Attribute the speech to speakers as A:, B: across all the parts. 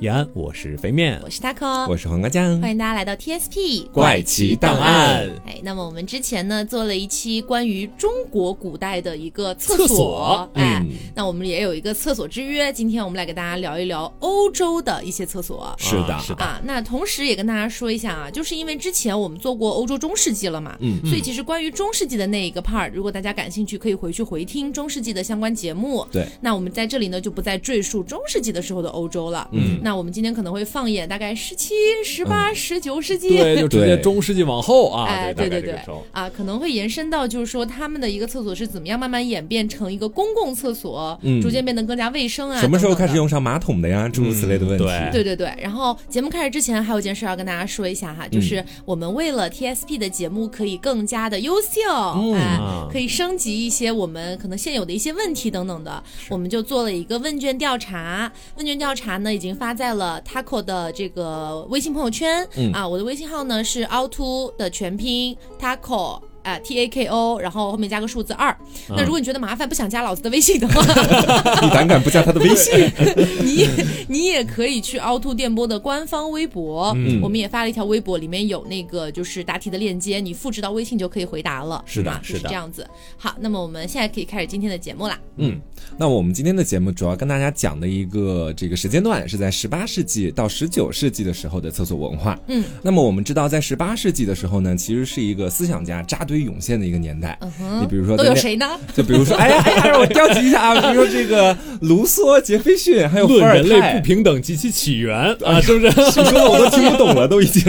A: 延安，我是肥面，
B: 我是 taco，
C: 我是黄瓜酱，
B: 欢迎大家来到 TSP
C: 怪奇档案。
B: 哎，那么我们之前呢做了一期关于中国古代的一个厕
A: 所，厕所
B: 哎、嗯，那我们也有一个厕所之约。今天我们来给大家聊一聊欧洲的一些厕所。
A: 是的，是的
B: 啊。那同时也跟大家说一下啊，就是因为之前我们做过欧洲中世纪了嘛，嗯，所以其实关于中世纪的那一个 part，如果大家感兴趣，可以回去回听中世纪的相关节目。
C: 对，
B: 那我们在这里呢就不再赘述中世纪的时候的欧洲了，嗯。那我们今天可能会放眼大概十七、十八、十九世纪，
A: 对，就直接中世纪往后啊，
B: 哎，
A: 对
B: 对对，啊，可能会延伸到就是说他们的一个厕所是怎么样慢慢演变成一个公共厕所，嗯、逐渐变得更加卫生啊。
C: 什么时候开始用上马桶的呀？诸如此类的问题、
A: 嗯
B: 对。对对对。然后节目开始之前，还有一件事要跟大家说一下哈，就是我们为了 TSP 的节目可以更加的优秀，嗯、哎，可以升级一些我们可能现有的一些问题等等的，我们就做了一个问卷调查。问卷调查呢，已经发。在了 Taco 的这个微信朋友圈、嗯、啊，我的微信号呢是凹凸的全拼 Taco。啊，T A K O，然后后面加个数字二。那如果你觉得麻烦，不想加老子的微信的话，
C: 你胆敢不加他的微 信？
B: 你你也可以去凹凸电波的官方微博、嗯，我们也发了一条微博，里面有那个就是答题的链接，你复制到微信就可以回答了。
A: 是的，
B: 是,就是这样子。好，那么我们现在可以开始今天的节目啦。
C: 嗯，那我们今天的节目主要跟大家讲的一个这个时间段是在十八世纪到十九世纪的时候的厕所文化。嗯，那么我们知道，在十八世纪的时候呢，其实是一个思想家扎堆。最涌现的一个年代，嗯、你比如说
B: 都有谁呢？
C: 就比如说，哎呀，哎呀，让我调集一下啊！比如说这个卢梭、杰斐逊，还有《
A: 论人类不平等及其起源》啊， 是不是？
C: 你说的我都听不懂了，都 已经。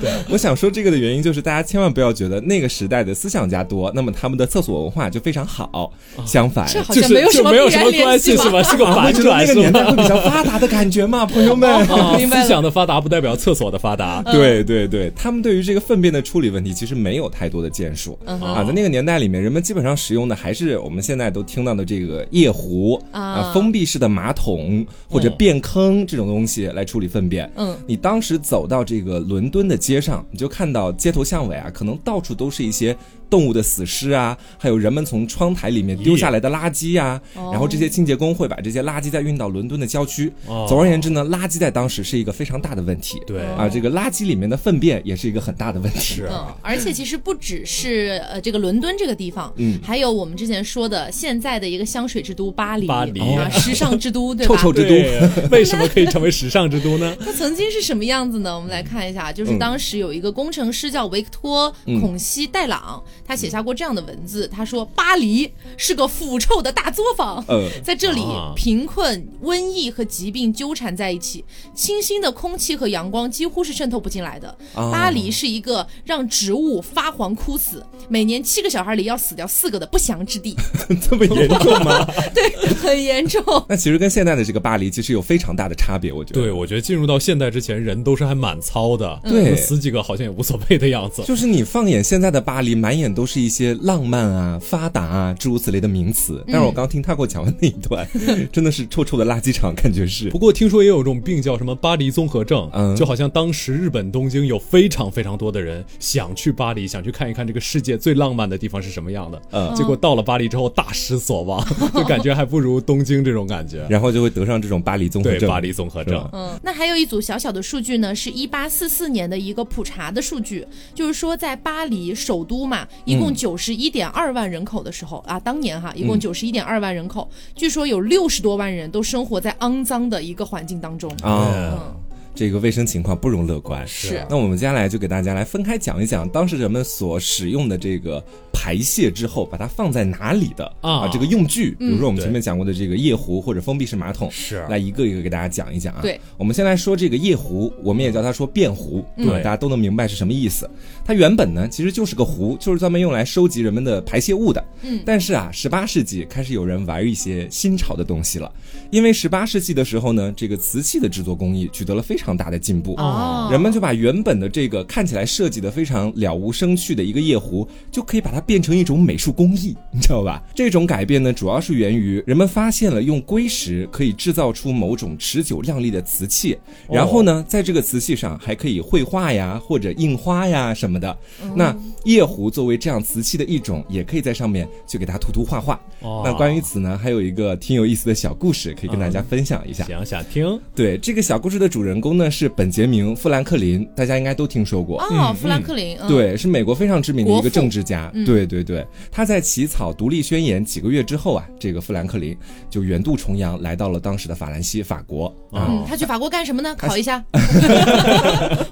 C: 对，我想说这个的原因就是，大家千万不要觉得那个时代的思想家多，那么他们的厕所文化就非常好。啊、相反，
B: 这好
A: 像
B: 没有
A: 什么、哎就是、
B: 关
A: 系 是吧？是个反转，
C: 那个年代会比较发达的感觉嘛，朋 友们。
B: 哦
A: 啊、思想的发达不代表厕所的发达。
C: 嗯、对对对，他们对于这个粪便的处理问题其实没有太多的见识。啊，在那个年代里面，人们基本上使用的还是我们现在都听到的这个夜壶啊、封闭式的马桶或者便坑这种东西来处理粪便。嗯，你当时走到这个伦敦的街上，你就看到街头巷尾啊，可能到处都是一些。动物的死尸啊，还有人们从窗台里面丢下来的垃圾呀、啊，yeah. 然后这些清洁工会把这些垃圾再运到伦敦的郊区。Oh. 总而言之呢，垃圾在当时是一个非常大的问题。
A: 对、
C: oh. 啊，这个垃圾里面的粪便也是一个很大的问题。
A: 嗯、啊，
B: 而且其实不只是呃这个伦敦这个地方，嗯，还有我们之前说的现在的一个香水之都巴黎，
A: 巴黎、
B: 啊、时尚 之都，对
C: 吧？臭臭之
A: 都，为什么可以成为时尚之都呢？
B: 它曾经是什么样子呢？我们来看一下，啊就是当时有一个工程师叫维克托·孔西·戴朗。嗯他写下过这样的文字，他说：“巴黎是个腐臭的大作坊，呃、在这里、啊，贫困、瘟疫和疾病纠缠在一起，清新的空气和阳光几乎是渗透不进来的。啊、巴黎是一个让植物发黄枯死，每年七个小孩里要死掉四个的不祥之地。
C: 这么严 重吗？
B: 对，很严重。
C: 那其实跟现在的这个巴黎其实有非常大的差别，我觉 得。
A: 对，我觉得进入到现代之前，人都是还蛮糙的，
C: 对、嗯，
A: 死几个好像也无所谓的样子。
C: 就是你放眼现在的巴黎，满眼。”都是一些浪漫啊、发达啊诸如此类的名词，
A: 嗯
C: 但是我刚听他给我讲完那一 段、嗯，真的是臭臭的垃圾场，感觉是。
A: 不过听说也有一种病叫什么巴黎综合症，嗯，就好像当时日本东京有非常非常多的人想去巴黎，想去看一看这个世界最浪漫的地方是什么样的，嗯，结果到了巴黎之后大失所 望，嗯、就感觉还不如东京这种感觉，
C: 然后就会得上这种巴黎综合症。
A: 对巴黎综合症，
B: 嗯，那还有一组小小的数据呢，是一八四四年的一个普查的数据，就是说在巴黎首都嘛。一共九十一点二万人口的时嗯候、嗯、啊，当年哈，一共九十一点二万人口、嗯，据说有六十多万人都生活在肮脏的一个环境当中啊。
C: 哦嗯这个卫生情况不容乐观。
B: 是，
C: 那我们接下来就给大家来分开讲一讲，当时人们所使用的这个。排泄之后把它放在哪里的啊这个用具，
B: 嗯
C: 比如说我们前面讲过的这个夜壶或者封闭式马桶，
A: 是
C: 来一个一个给大家讲一讲啊。
B: 对，
C: 我们先来说这个夜壶，我们也叫它说便壶，
B: 嗯
C: 对，大家都能明白是什么意思。它原本呢其实就是个壶，就是专门用来收集人们的排泄物的。嗯，但是啊，十八世纪开始有人玩一些新潮的东西了，因为十八世纪的时候呢，这个瓷器的制作工艺取得了非常大的进步，
B: 哦，
C: 人们就把原本的这个看起来设计的非常了无生趣的一个夜壶，就可以把它变成一种美术工艺，你知道吧？ 这种改变呢，主要是源于人们发现了用硅石可以制造出某种持久亮丽的瓷器，然后呢，在这个瓷器上还可以绘画呀，或者印花呀什么的。那夜壶作为这样瓷器的一种，也可以在上面去给它涂涂画画。
A: 哦
C: 那关于此呢，还有一个挺有意思的小故事，可以跟大家分享一下。
A: 想想听，
C: 对，这个小故事的主人公呢是本杰明·富兰克林，大家应该都听说过。
B: 哦，富兰克林，嗯，
C: 对，是美国非常知名的一
B: 国
C: 个
B: 父嗯
C: 政治家。对对对，他在起草《独立宣言》几个月之后啊，这个富兰克林就远渡重洋来到了当时的法兰西，法国啊。
B: 嗯，他去法国干什么呢？考一下，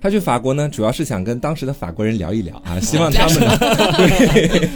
C: 他去法国呢，主要是想跟当时的法国人聊一聊啊，希望他 们 呢，对，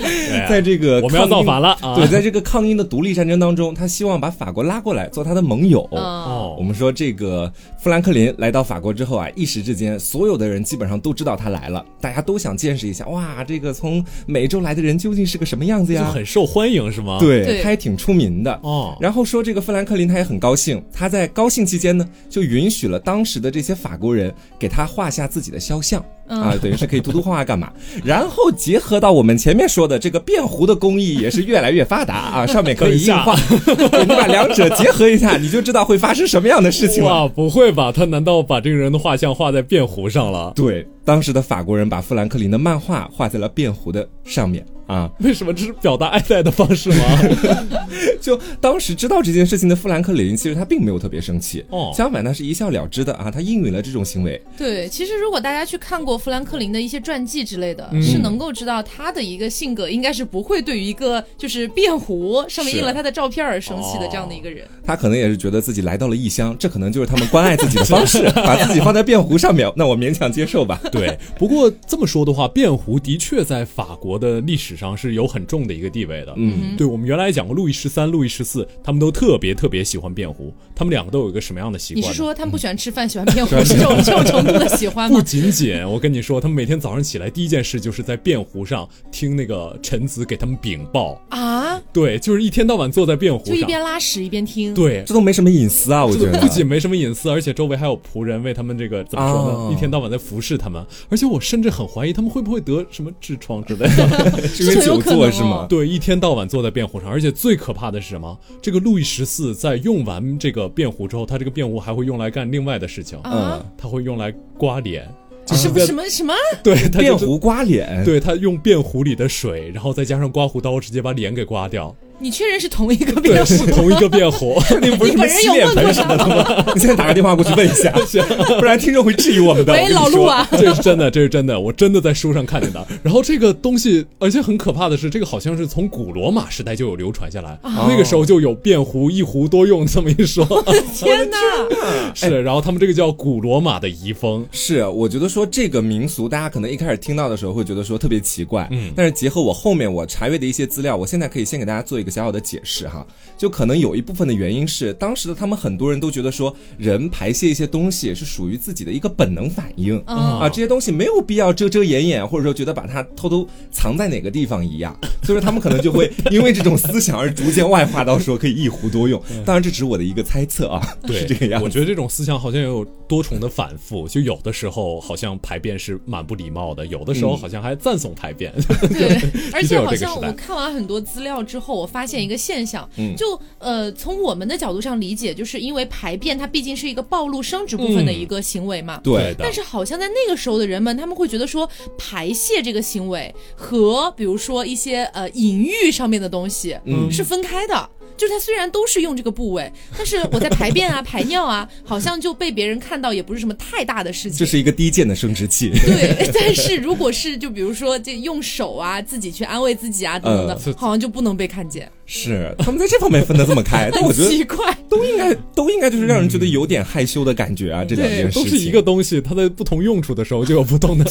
C: 在这个
A: 我们要
C: 呃抗英
A: 造反了啊
C: 对，在这个抗英的独立战争当中，他希望把法国拉过来做他的盟友。
B: 嗯，
A: 哦
C: 我们说这个富兰克林来到法国之后啊，一时之间，所有的人基本上都知道他来了，大家都想见识一下，哇，这个从美洲来的人究竟是个什么样子
A: 就
C: 呀？
A: 很受欢迎是吗？，
C: 对，
B: 对
C: 他也挺出名的。
A: 啊哦
C: 然后说这个富兰克林他也很高兴，他在高兴期间呢，就允许了当时的这些法国人给他画下自己的肖像。啊，等于是可以涂涂画画干嘛？ 然后结合到我们前面说的这个变壶的工艺也是越来越发 达啊，上面可以印画，对 你把两者结合一下，你就知道会发生什么样的事情了。
A: 哇，不会吧？他难道把这个人的画像画在便壶上了？
C: 对，当时的法国人把富兰克林的漫画画在了便壶的上面啊。
A: 为什么这是表达爱戴的方式吗？
C: 就当时知道这件事情的富兰克林，其实他并没有特别生气，
A: 哦
C: 相反他是一笑了之的啊，他应允了这种行为。
B: 对，其实如果大家去看过富兰克林的一些传记之类的，是能够知道他的一个性格应该是不会对于一个就是便壶上面印了他的照片而生气的这样的一个人。
C: 他可能也是觉得自己来到了异乡，这可能就是他们关爱自己的方式，把自己放在便壶上面，那我勉强接受吧。
A: 对，不过这么说的话，便壶的确在法国的历史上是有很重的一个地位的。嗯，对，我们原来讲过路易十三、路易十四，他们都特别特别喜欢便壶。他们两个都有一个什么样的嗯习
B: 你
A: 惯呢？
B: 是说他们不喜欢吃饭，喜欢便壶 是这种这种程度的喜欢
A: 不
B: 吗？
A: 仅仅，我跟你说，他们每天早上起来第一件事就是在便壶上听那个臣子给他们禀报。
B: 啊，
A: 对，就是一天到晚坐在便壶
B: 就
A: 上。
B: 一边拉屎一边听。
A: 对，
C: 这都没什么隐私啊，我觉
A: 这
C: 得。
A: 不 仅没什么隐私，而且周围还有仆人为他们这个怎么说呢？
C: 哦
A: 一天到晚在服侍他们，而且我甚至很怀疑他们会不会得什么痔疮之类的。
C: 是因为
B: 这有
C: 久
B: 可能
C: 坐
B: 哦
C: 是吗？
A: 对，一天到晚坐在便壶上，而且最可怕的是什么？这个路易十四在用完这个便壶之后，他这个便壶还会用来干另外的事情，
B: 啊，
A: 他会用来刮脸，
B: 什么什么什么？
A: 对， 他就是
C: 便壶刮脸，
A: 对他用便壶里的水，然后再加上刮胡刀，直接把脸给刮 掉。
B: 你确认是同一个
A: 对，
B: 便
A: 是
B: 壶？
A: 同一个便壶。
C: 那不是
B: 你
C: 什么
B: 本人
C: 洗
B: 有
C: 脸
B: 问过
C: 盆什
B: 他
C: 么的
B: 吗？
C: 吗？ 你现在打个电话过去问一 下，不然听众会质疑我们的。
B: 喂
C: 我跟你
B: 老陆
C: 说
B: 啊
A: 这是真的，这是真的，我真的在书上看见的。然后这个东西，而且很可怕的是，这个好像是从古罗马时代就有流传下来，那个时候就有便壶一壶多用这么一说。
B: 天哪！
C: 哎
A: 是，然后他们这个叫古罗马的遗风。
C: 是，啊我觉得说这个民俗，大家可能一开始听到的时候会觉得说特别奇怪，嗯，但是结合我后面我查阅的一些资料，我现在可以先给大家做一个小小的解释哈。就可能有一部分的原因是，当时的他们很多人都觉得说，人排泄一些东西是属于自己的一个本能反应、啊，这些东西没有必要遮遮掩掩，或者说觉得把它偷偷藏在哪个地方一样，所以说他们可能就 会因为这种思想而逐渐外化到说可以一壶多用。当然，这只是我的一个猜测啊，
A: 嗯对
C: 是这个样子。
A: 我觉得这种思想好像有多重的反复，就有的时候好像排便是蛮不礼貌的，有的时
C: 嗯
A: 候好像还赞颂排便。
B: 对， 而且
A: 有
B: 好
A: 这个
B: 像
A: 时代嗯
B: 我看完很多资料之后，我发现一个现象，就呃，从我们的角度上理解，就是因为排便它毕竟是一个暴露生殖部分的
A: 嗯
B: 一个行为嘛。
C: 对
A: 的
B: 但。是好像在那个时候的人们，他们会觉得说排泄这个行为和比如说一些呃隐喻上面的东西，
C: 嗯
B: 是分开的。就是它虽然都是用这个部位，但是我在排便啊、排尿啊，好像就被别人看到，也不是什么太大的事情。
C: 这是一个低贱的生殖器。
B: 对， 但是如果是就比如说这用手啊，自己去安慰自己啊等等的，
A: 呃
B: 好像就不能被看见。
C: 是他们在这方面分得这么开，哎但 我觉得
B: 奇怪，
C: 都应该都应该就是让人觉得有点害羞的感觉 啊。这两件事
A: 情都是一个东西，它在不同用处的时候就有不同 的，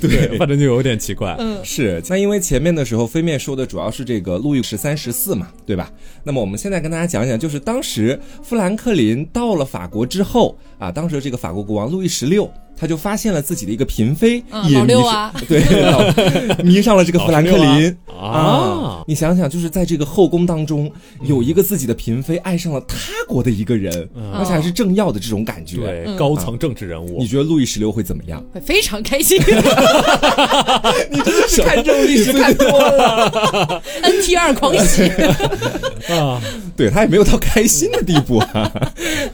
A: 对，反正就有点奇怪。
B: 嗯，
C: 是那因为前面的时候飞面说的主要是这个路易十三、十四嘛，对吧？那么我们现在跟大家讲讲，就是当时富兰克林到了法国之后啊，当时这个法国国王路易十六。他就发现了自己的一个嫔妃，
B: 嗯、也迷、啊、
C: 对 老，迷上了这个富兰克林、
A: 啊、啊！
C: 你想想，就是在这个后宫当中，有一个自己的嫔妃爱上了他国的一个人，嗯、而且还是政要的这种感觉，
A: 对、嗯、高层政治人物、啊。
C: 你觉得路易十六会怎么样？
B: 会非常开心。
C: 你真的是看这种历史看多了
B: ，N T 二狂喜
C: 啊！对他也没有到开心的地步啊，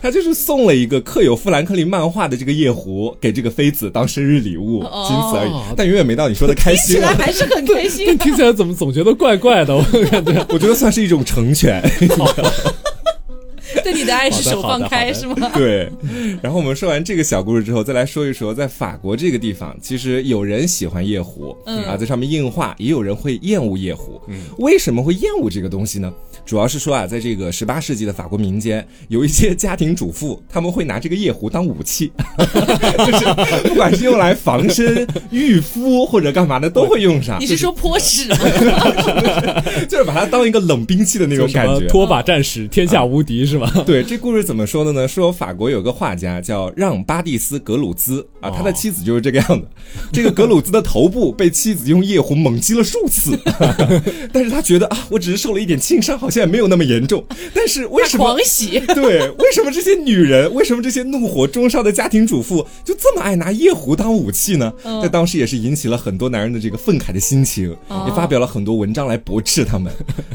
C: 他就是送了一个刻有富兰克林漫画的这个夜壶给。给这个妃子当生日礼物，仅此而已。
A: 哦、
C: 但远远没到你说的开心、
B: 啊，还是很开心、啊。
A: 听起来怎么总觉得怪怪的？我感觉，
C: 我觉得算是一种成全。
B: 对你的爱是手放开是吗？
C: 对。然后我们说完这个小故事之后，再来说一说，在法国这个地方，其实有人喜欢夜壶、嗯、啊，在上面印画，也有人会厌恶夜壶。嗯，为什么会厌恶这个东西呢？主要是说啊，在这个十八世纪的法国民间，有一些家庭主妇，他们会拿这个夜壶当武器， 就是不管是用来防身、御夫或者干嘛的，都会用上。
B: 你是说泼屎吗？
C: 就是把它当一个冷兵器的 那种感觉，嗯
A: 拖把战士，天下无敌是吧？
C: 对，这故事怎么说的呢？说法国有个画家叫让·巴蒂斯·格鲁兹啊，他的妻子就是这个样子。这个格鲁兹的头部被妻子用夜壶猛击了数次， 但是他觉得啊，我只是受了一点轻伤，好像也没有那么严重。但是为什么
B: 狂喜？
C: 对，为什么这些女人，为什么这些怒火中烧的家庭主妇就这么爱拿夜壶当武器呢？在当时也是引起了很多男人的这个愤慨的心情，也发表了很多文章来驳斥他们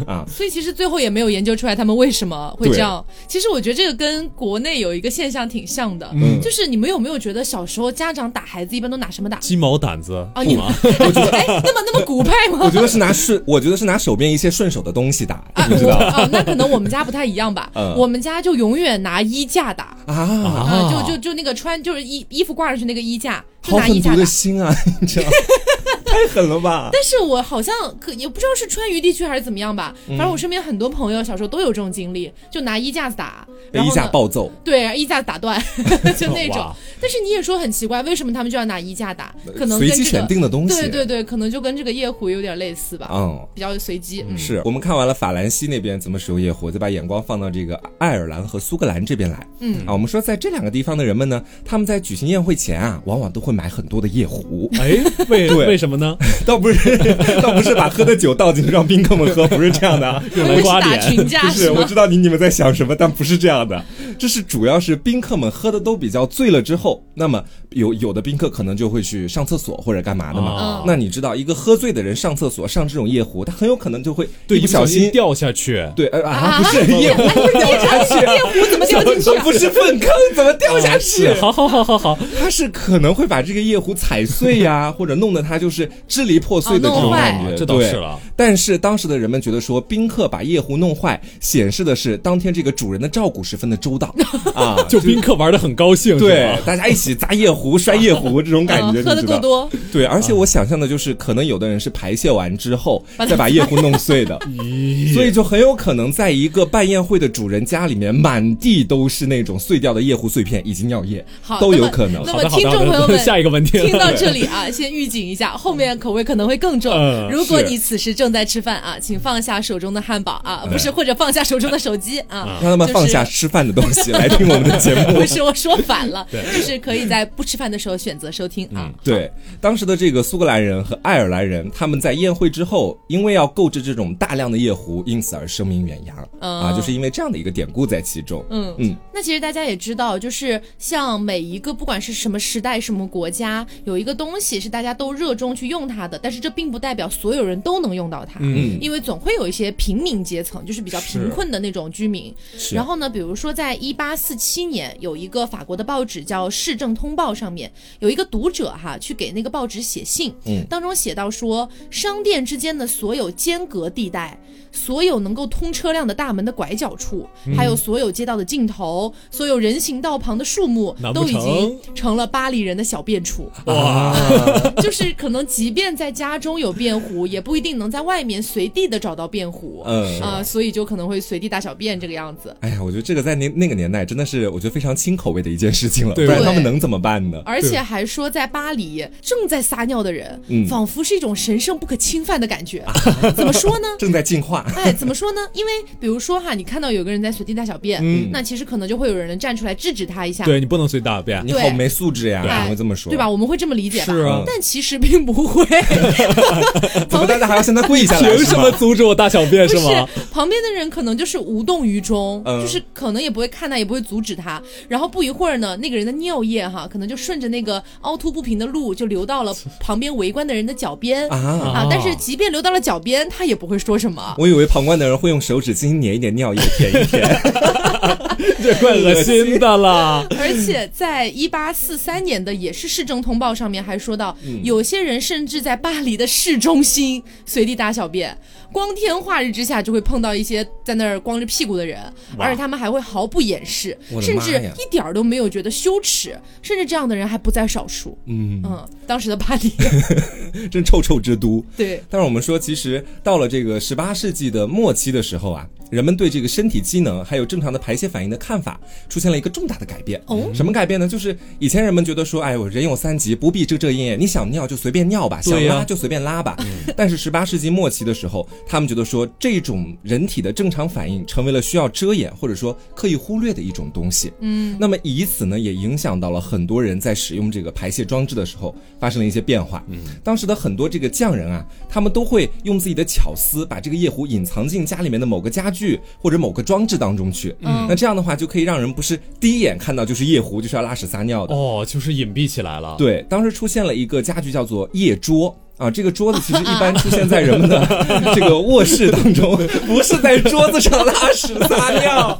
C: 啊。
B: 所以其实最后也没有研究出来他们为什么会这样。
C: 嗯
B: 其实我觉得这个跟国内有一个现象挺像的，嗯、就是你们有没有觉得小时候家长打孩子一般都拿什么打？
A: 鸡毛掸子
B: 啊？你我觉得哎，那么那么古派吗？
C: 我觉得是拿顺，我觉得是拿手边一些顺手的东西打，你知道？
B: 啊，那可能我们家不太一样吧。嗯、我们家就永远拿衣架打
C: 啊，啊
B: 就就就那个穿就是衣衣服挂上去那个衣架，
C: 就拿衣架打好狠毒的心啊，你 知道？太狠了吧！
B: 但是我好像可也不知道是川渝地区还是怎么样吧，
C: 嗯
B: 反正我身边很多朋友小时候都有这种经历，就拿衣架子打，然后
C: 衣架暴揍，
B: 对，衣架子打断， 就那种。但是你也说很奇怪，为什么他们就要拿衣架打？可能、这
C: 呃个、随机选定的东西，
B: 对对对，可能就跟这个夜壶有点类似吧，
C: 嗯，
B: 比较随机。嗯、
C: 是我们看完了法兰西那边怎么使用夜壶，再把眼光放到这个爱尔兰和苏格兰这边来，嗯啊，我们说在这两个地方的人们呢，他们在举行宴会前啊，往往都会买很多的夜壶，
A: 哎，为为什么呢？
C: 倒不是， 倒不是把喝的酒倒进去让宾客们喝，不是这样的，啊
A: 用来刮脸。
B: 不
C: 是，我知道你你们在想什么，但不是这样的。这是主要是宾客们喝的都比较醉了之后，那么有有的宾客可能就会去上厕所或者干嘛的嘛。
A: 哦、
C: 那你知道，一个喝醉的人上厕所上这种夜壶，他很有可能就会一不小心
A: 掉下去。
C: 对，啊，啊不
B: 哎
C: 是夜壶掉下去，
B: 夜壶怎么掉进去？啊
C: 不是粪坑怎么掉下去？
A: 好好好好好，
C: 他是可能会把这个夜壶踩碎呀、啊， 或者弄得他就是。支离破碎的
B: 哦
C: 这种感觉，
A: 这倒是了。
C: 但是当时的人们觉得说，宾客把夜壶弄坏，显示的是当天这个主人的照顾十分的周到 啊，
A: 就宾客玩的很高兴，
C: 对，大家一起砸夜壶、摔夜壶这种感 觉，
B: 哦喝的够多。
C: 对，而且我想象的就是，可能有的人是排泄完 之后再把夜壶弄碎的， 所以就很有可能在一个办宴会的主人家里面，满地都是那种碎掉的夜壶碎片以及尿液，都有可能。
B: 那么听众朋友们，
A: 下一个问题
B: 听到这里啊， 先预警一下后。后面口味可能会更重。
C: 嗯、
B: 如果你此时正在吃饭啊，请放下手中的汉堡
A: 嗯
B: 啊，不是，或者放下手中的手机啊，
C: 让他们放下吃饭的东西来听我们的节目。
B: 不是我说反了，就是可以在不吃饭的时候选择收听啊。嗯、
C: 对，当时的这个苏格兰人和爱尔兰人，他们在宴会之后，因为要购置这种大量的夜壶，因此而声名远扬、嗯、啊，就是因为这样的一个典故在其中。
B: 嗯嗯，那其实大家也知道，就是像每一个不管是什么时代、什么国家，有一个东西是大家都热衷去。去用它的，但是这并不代表所有人都能用到它，
C: 嗯，
B: 因为总会有一些平民阶层，就是比较贫困的那种居民。然后呢，比如说在一八四七年，有一个法国的报纸叫《市政通报》上上面有一个读者哈，去给那个报纸写信，
C: 嗯
B: 当中写到说，商店之间的所有间隔地带，所有能够通车辆的大门的拐角处，
A: 嗯
B: 还有所有街道的尽头，所有人行道旁的树木
A: 难，不
B: 都已经
A: 成
B: 成了巴黎人的小便处。
A: 哇，
B: 就是可能即便在家中有便壶，也不一定能在外面随地的找到便壶。
C: 嗯
B: 啊、所以就可能会随地大小便这个样子。
C: 哎呀，我觉得这个在那那个年代真的是我觉得非常清口味的一件事情了，不
A: 对
C: 然他们能怎么办呢？
B: 而且还说，在巴黎正在撒尿的人，
C: 嗯
B: 仿佛是一种神圣不可侵犯的 感觉。怎么说呢？
C: 正在进化，
B: 哎，怎么说呢？因为比如说哈，你看到有个人在随地大小便，
C: 嗯
B: 那其实可能就会有人站出来制止他一下，
A: 对你不能随地大便
C: 你，好哦没素质呀，
B: 哎
C: 怎么会这么说？
B: 对吧？？我们会这么理解吧？
A: 是啊
B: 但其实并不 会。
C: 怎么大家还要向他 跪下来？
A: 凭
C: 是
A: 什
C: 吗
A: 么阻止我大小便
B: 不
A: 是
B: 是
A: 吗？，
B: 旁边的人可能就是无动于衷，
C: 嗯
B: 就是可能也不会看他，也不会阻止他。然后不一会儿呢，那个人的尿液哈，可能就顺着那个凹凸不平的路，就流到了旁边围观的人的脚边
C: 啊？
B: 但是即便流到了脚边，他也不会说什么。
C: 我以为旁观的人会用手指进行捻一点尿液，舔一舔。
A: 这怪恶心的 啦！
B: 而且在一八四三年的也是市政通报上面还说到，
C: 嗯
B: 有些人甚至在巴黎的市中心随地大小便，光天化日之下就会碰到一些在那儿光着屁股的人，
A: 哇
B: 而且他们还会毫不掩饰，
C: 我的
B: 甚
C: 妈
B: 至
C: 呀
B: 一点儿都没有觉得羞耻，甚至这样的人还不在少数。
C: 嗯，
B: 嗯，当时的巴黎，
C: 真臭臭之都。
B: 对，
C: 但是我们说，其实到了这个十八世纪的末期的时候啊，人们对这个身体机能还有正常的排泄反应的看法出现了一个重大的改变。
B: 哦
C: 什么改变呢？就是以前人们觉得说，哎，我人有三急，不必遮遮掩掩，你想尿就随便尿吧，想
A: 对呀
C: 拉就随便拉吧。但是十八世纪末期的时候，他们觉得说，这种人体的正常反应成为了需要遮掩或者说刻意忽略的一种东西。嗯，那么以此呢，也影响到了很多人在使用这个排泄装置的时候发生了一些变化。嗯，当时的很多这个匠人啊，他们都会用自己的巧思把这个夜壶隐藏进家里面的某个家具或者某个装置当中去。
B: 嗯
C: 那这样的话就可以让人不是第一眼看到就是夜壶就是要拉屎撒尿的。
A: 哦，就是隐蔽起来了。
C: 对，当时出现了一个家具叫做夜桌。啊，这个桌子其实一般出现在人 们的这个卧室当中，不是在桌子上拉屎撒尿。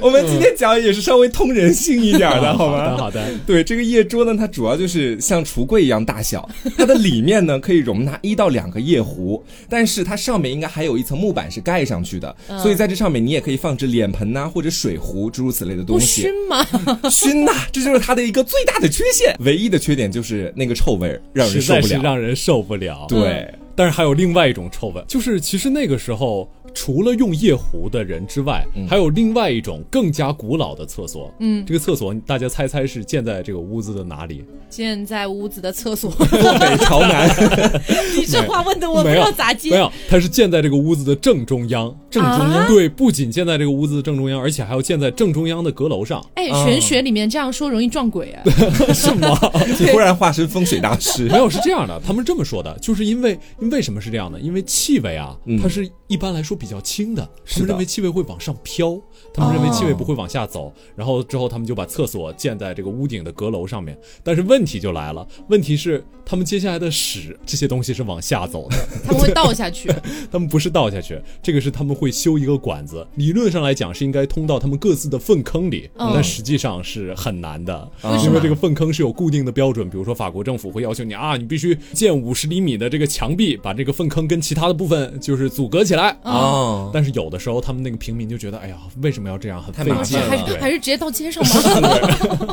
C: 我们今天讲也是稍微通人性一点的，好
A: 嗯好的，
C: 吗？
A: 好的。
C: 对，这个夜桌呢，它主要就是像橱柜一样大小，它的里面呢可以容纳一到两个夜壶，但是它上面应该还有一层木板是盖上去的，
A: 嗯
C: 所以在这上面你也可以放置脸盆呐、或者水壶诸如此类的
B: 不
C: 东西。
B: 熏吗？
C: 熏呐、这就是它的一个最大的缺陷。唯一的缺点就是那个臭味儿让人
A: 实
C: 受
A: 在
C: 不
A: 是
C: 了。
A: 让人受不了。嗯
C: 对，
A: 但是还有另外一种臭味，就是其实那个时候除了用夜壶的人之外，
C: 嗯
A: 还有另外一种更加古老的厕所。嗯，这个厕所大家猜猜是建在这个屋子的哪里？
B: 建在屋子的厕 所，
C: 东北朝南，
B: 你这话问 的我不
A: 没
B: 知
A: 有
B: 道咋接
A: 没。有，它是建在这个屋子的正中央。正
B: 中央啊
A: 对，不仅建在这个屋子的正中央，而且还要建在正中央的阁楼 上。
B: 哎，玄学里面这样说容易撞鬼啊！
C: 你忽然化身风水大师
A: 没。有，是这样的，他们这么说的，就是因为因为为什么是这样呢？因为气味啊，
C: 嗯
A: 它是一般来说比较轻的，
C: 是
A: 他
C: 的
A: 们
C: 哦
A: 认为气味会往上飘，他们认为气味不会往下走。然后之后他们就把厕所建在这个屋顶的阁楼上面，但是问题就来了，问题是他们接下来的屎这些东西是往下走的，
B: 他们会倒下去。
A: 他们不是倒下去，这个是他们会修一个管子，理论上来讲是应该通到他们各自的粪坑里，
B: 嗯
A: 但实际上是很难的，
C: 为什
A: 因
C: 么
A: 为这个粪坑是有固定的标准，比如说法国政府会要求你啊，你必须建五十厘米的这个墙壁，把这个粪坑跟其他的部分就是阻隔起来。啊
C: 哦，
A: 但是有的时候他们那个平民就觉得，哎呀，为什么要这样？很
C: 太
A: 费
C: 麻
A: 劲啊
C: 烦。
B: 还
C: 了嗯
B: 是
A: 对
B: 还是直接到街上吧。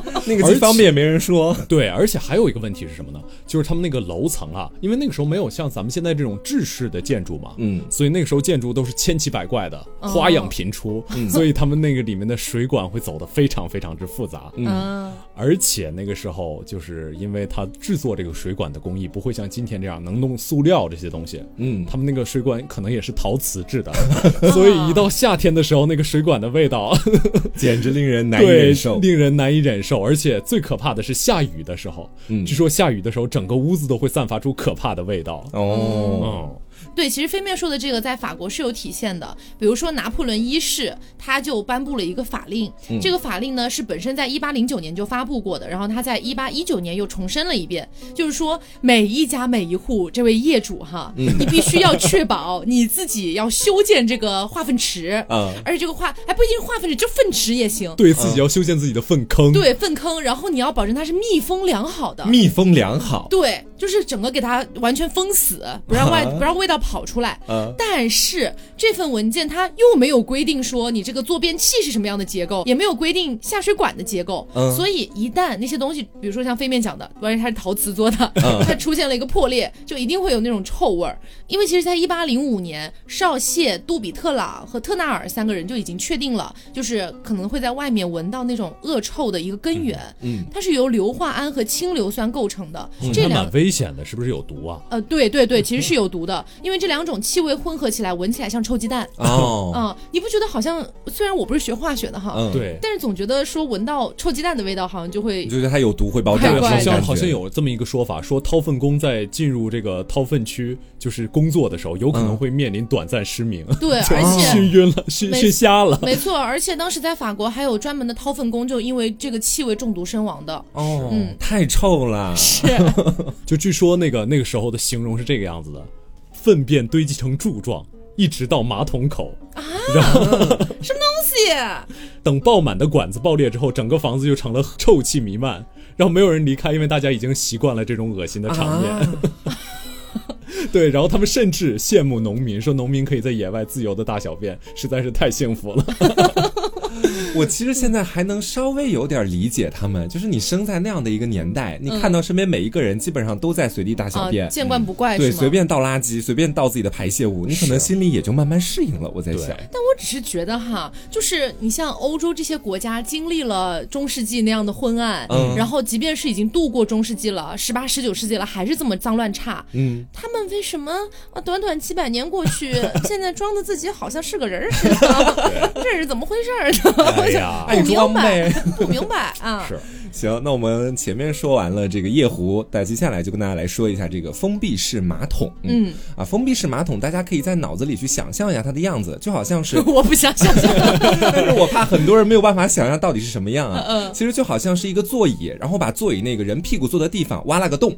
A: 嗯
C: 那个既方便也没人 说。
A: 对，而且还有一个问题是什么呢？就是他们那个楼层啊，因为那个时候没有像咱们现在这种制式的建筑嘛，
C: 嗯
A: 所以那个时候建筑都是千奇百怪的，花样频出，
C: 嗯
A: 所以他们那个里面的水管会走得非常非常之复杂。
B: 嗯，
A: 而且那个时候，就是因为它制作这个水管的工艺不会像今天这样能弄塑料这些东西，
C: 嗯，
A: 他们那个水管可能也是陶瓷制 的，所以一到夏天的时候，那个水管的味道
C: 简直令人难以
A: 对
C: 忍受。
A: 令人难以忍受。而且最可怕的是下雨的时候，
C: 嗯
A: 据说下雨的时候，整个屋子都会散发出可怕的味道。
C: 哦，
A: 嗯，
B: 对，其实飞面说的这个在法国是有体现的，比如说拿破仑一世他就颁布了一个法令，嗯、这个法令呢是本身在一八零九年就发布过的，然后他在一八一九年又重申了一遍，就是说每一家每一户这位业主哈，嗯、你必须要确保你自己要修建这个化粪池，嗯、而且这个化还不一定化粪池，就粪池也行，
A: 对自
C: 嗯
A: 己要修建自己的粪坑，
B: 对粪坑，然后你要保证它是密封良好
A: 嗯
B: 的，
C: 密封良好，
B: 对，就是整个给它完全封死，不让外、啊、不让味道。跑出来，嗯、
C: 啊
B: 但是这份文件它又没有规定说你这个坐便器是什么样的结构，也没有规定下水管的结构，嗯、所以一旦那些东西，比如说像飞面讲的，关于它是陶瓷做的，嗯、 它出现了一个破裂，就一定会有那种臭味儿。因为其实，在一八零五年，少谢、杜比特朗和特纳尔三个人就已经确定了，就是可能会在外面闻到那种恶臭的一个根源，嗯，哦它是由硫化铵和氢硫酸构成的，这
A: 蛮危险的，是不是有毒啊？
B: 呃，对对
C: 嗯
B: 对，其实是有毒的，因为。这两种气味混合起来，闻起来像臭鸡蛋哦。嗯，你不觉得好像？虽然我不是学化学的哈，
A: 嗯、对，
B: 但是总觉得说闻到臭鸡蛋的味道，好像就会
C: 你就觉得它有毒会爆炸。
A: 好像好像有这么一个说法，说掏粪工在进入这个掏粪区就是工作的时候，有可
C: 嗯
A: 能会面临短暂失 明。
B: 嗯、对，而且
A: 熏晕了，熏熏瞎了。
B: 没错，而且当时在法国还有专门的掏粪工，就因为这个气味中毒身亡的。
C: 哦，嗯，太臭了。
B: 是，
A: 就据说那个那个时候的形容是这个样子的。粪便堆积成柱状，一直到马桶口
B: 啊！然什么东西？
A: 等爆满的管子爆裂之后，整个房子就成了臭气弥漫，然后没有人离开，因为大家已经习惯了这种恶心的场面。啊 对，然后他们甚至羡慕农民，说农民可以在野外自由的大小便，实在是太幸福了。
C: 我其实现在还能稍微有点理解他们，就是你生在那样的一个年代，你看到身边每一个人基本上都在随地大小便，
B: 嗯啊、见惯不怪，
C: 对，随便倒垃圾，随便倒自己的排泄物，你可能心里也就慢慢适应了。我在想，
B: 但我只是觉得哈，就是你像欧洲这些国家经历了中世纪那样的昏暗，嗯、然后即便是已经度过中世纪了，十八、十九世纪了，还是这么脏乱差，嗯，他们。为什么啊？短短几百年过 去，现在装的自己好像是个人似的，这是怎么回事呢？
C: 哎 呀，爱装呗，
B: 不明白 啊！
A: 是
C: 行，那我们前面说完了这个夜壶，但接下来就跟大家来说一下这个封闭式马桶。嗯啊，封闭式马桶，大家可以在脑子里去想象一下它的样子，就好像是
B: 我不想想象，
C: 但是我怕很多人没有办法想象到底是什么样啊。嗯，其实就好像是一个座椅，然后把座椅那个人屁股坐的地方挖了个洞，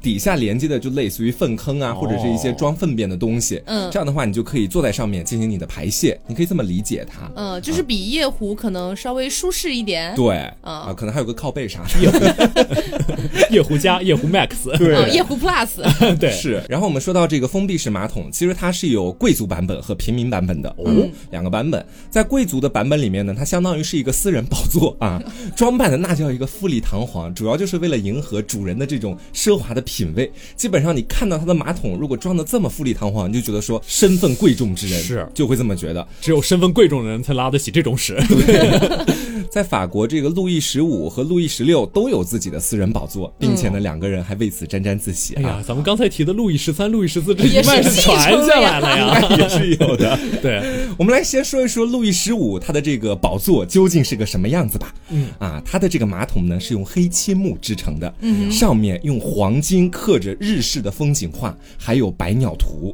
C: 底下连接的就类似于粪坑啊。或者是一些装粪便的东西，嗯，这样的话你就可以坐在上面进行你的排泄，你可以这么理解它，
B: 嗯，就是比夜壶可能稍微舒适一点，
C: 对，啊，可能还有个靠背啥
A: 的，夜壶，夜壶加夜壶 Max，
C: 对，
B: 啊夜壶 Plus，
A: 对，
C: 是。然后我们说到这个封闭式马桶，其实它是有贵族版本和平民版本的，哦，两个版本。在贵族的版本里面呢，它相当于是一个私人宝座啊，装扮的那叫一个富丽堂皇，主要就是为了迎合主人的这种奢华的品味。基本上你看到它的马桶。桶如果装的这么富丽堂皇，你就觉得说身份贵重之人
A: 是
C: 就会这么觉得，
A: 只有身份贵重的人才拉得起这种屎。
C: 对，在法国，这个路易十五和路易十六都有自己的私人宝座，并且呢，两个人还为此沾沾自喜、啊。
A: 哎呀，咱们刚才提的路易十三、路易十四，这一脉是传下来了呀，
C: 也是有的。
A: 对，
C: 我们来先说一说路易十五他的这个宝座究竟是个什么样子吧。嗯啊，他的这个马桶呢是用黑漆木制成的，嗯、上面用黄金刻着日式的风景画。还有百鸟图，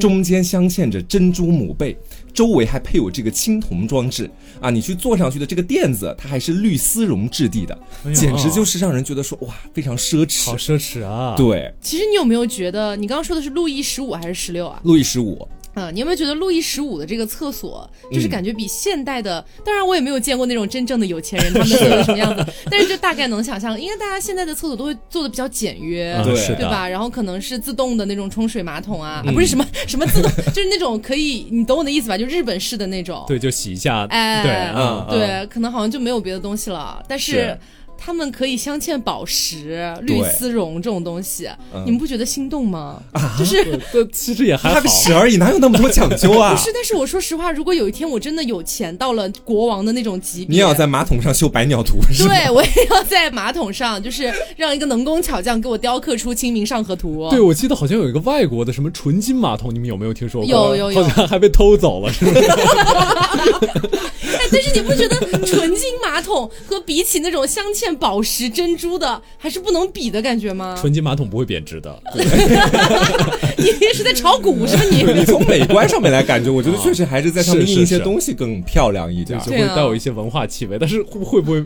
C: 中间镶嵌着珍珠母贝，周围还配有这个青铜装置啊！你去坐上去的这个垫子，它还是绿丝绒质地的，哎、简直就是让人觉得说哇，非常奢侈，
A: 好奢侈啊！
C: 对，
B: 其实你有没有觉得，你刚刚说的是路易十五还是十六啊？
C: 路易十五。
B: 嗯，你有没有觉得路易十五的这个厕所，
A: 嗯
B: 就是感觉比现代的？嗯、当然，我也没有见过那种真正的有钱 人他们厕
A: 啊
B: 所什么样子，但是就大概能想象，因为大家现在的厕所都会做的比较简约，
A: 嗯、对
B: 对吧？然后可能是自动的那种冲水马桶啊，嗯、啊不是什么什么自动，就是那种可以，你懂我的意思吧？就日本式的那种，
A: 对，就洗一下，
B: 哎，
A: 对，嗯
B: 对，可能好像就没有别的东西了，但是。
C: 是
B: 他们可以镶嵌宝石、绿丝绒这种东西，
A: 嗯
B: 你们不觉得心动吗？
A: 啊，
B: 就是
A: 其实也还好，
C: 屎而已，哪有那么多讲究 啊？
B: 不是，但是我说实话，如果有一天我真的有钱到了国王的那种级别，
C: 你也要在马桶上修百鸟图，
B: 对我也要在马桶上，就是让一个能工巧匠给我雕刻出《清明上河图》。哦
A: 对，我记得好像有一个外国的什么纯金马桶，你们有没有听说过？
B: 有有有，
A: 好像还被偷走了，是不是？
B: 哎，但是己不觉得纯金马桶和比起那种镶嵌宝石、珍珠的，还是不能比的感觉吗？
A: 纯金马桶不会贬值的。
B: 你是在炒股是吧？你
C: 从美观上面来感觉，我觉得确实还是在上面印一些东西更漂亮一
B: 啊
C: 点，
A: 就会带有一些文化气味。但是会 不会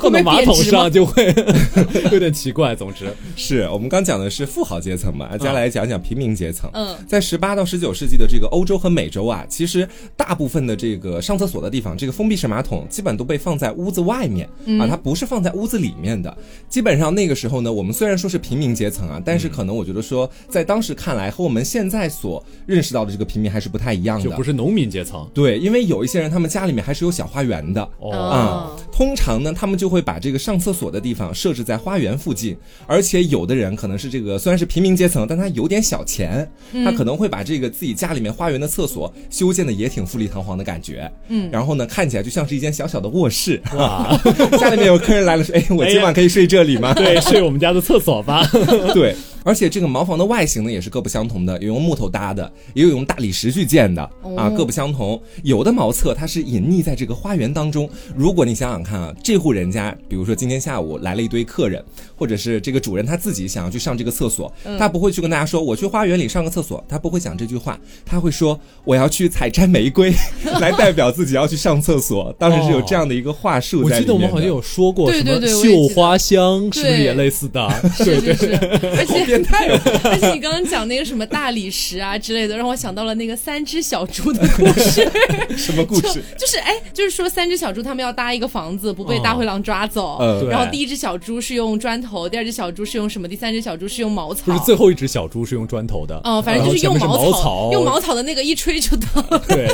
A: 放
B: 到
A: 马桶上就会 有点奇怪？总 之
C: 是我们刚讲的是富豪阶层嘛，
A: 嗯
C: 接下来讲讲平民阶层。嗯，在十八到十九世纪的这个欧洲和美洲啊，其实大部分的这个上厕所的地方，这个封闭式马桶基本都被放在屋子外面啊，它不是放在屋子里面的。基本上那个时候呢，我们虽然说是平民阶层啊，但
A: 嗯
C: 是可能我觉得说在当时。看来和我们现在所认识到的这个平民还是不太一样的，
A: 就不是农民阶层。
C: 对，因为有一些人，他们家里面还是有小花园的
B: 哦
C: 啊。通常呢，他们就会把这个上厕所的地方设置在花园附近，而且有的人可能是这个虽然是平民阶层，但他有点小钱，他可能会把这个自己家里面花园的厕所修建的也挺富丽堂皇的感觉。嗯，然后呢，看起来就像是一间小小的卧室。哇， 家里面有客人来了说：“哎，我今晚可以睡这里吗？” 哎、
A: 对，睡我们家的厕所 吧。
C: 对。而且这个茅房的外形呢也是各不相同的，有用木头搭的，也有用大理石去建的啊，各不相同。有的茅厕它是隐匿在这个花园当中。如果你想想看啊，这户人家，比如说今天下午来了一堆客人，或者是这个主人他自己想要去上这个厕所，他不会去跟大家说我去花园里上个厕所，他不会讲这句话，他会说我要去采摘玫瑰， 来代表自己要去上厕所。当时是有这样的一个话术在
A: 里面、哦。我记得我们好像有说过什么绣花香，是不是也类似的？
B: 对对对，而且。
C: 变态了！
B: 而且你刚刚讲那个什么大理石啊之类的，让我想到了那个三只小猪的故事。
C: 什么故事？
B: 就,就是哎，就是说三只小猪他们要搭一个房子，不被大灰狼抓走。嗯、呃，然后第一只小猪是用砖头，第二只小猪是用什么？第三只小猪是用茅草。
A: 不是最后一只小猪是用砖头的。
B: 哦、呃，反正就是用
A: 茅
B: 草，用茅草的那个一吹就到 了。
A: 对，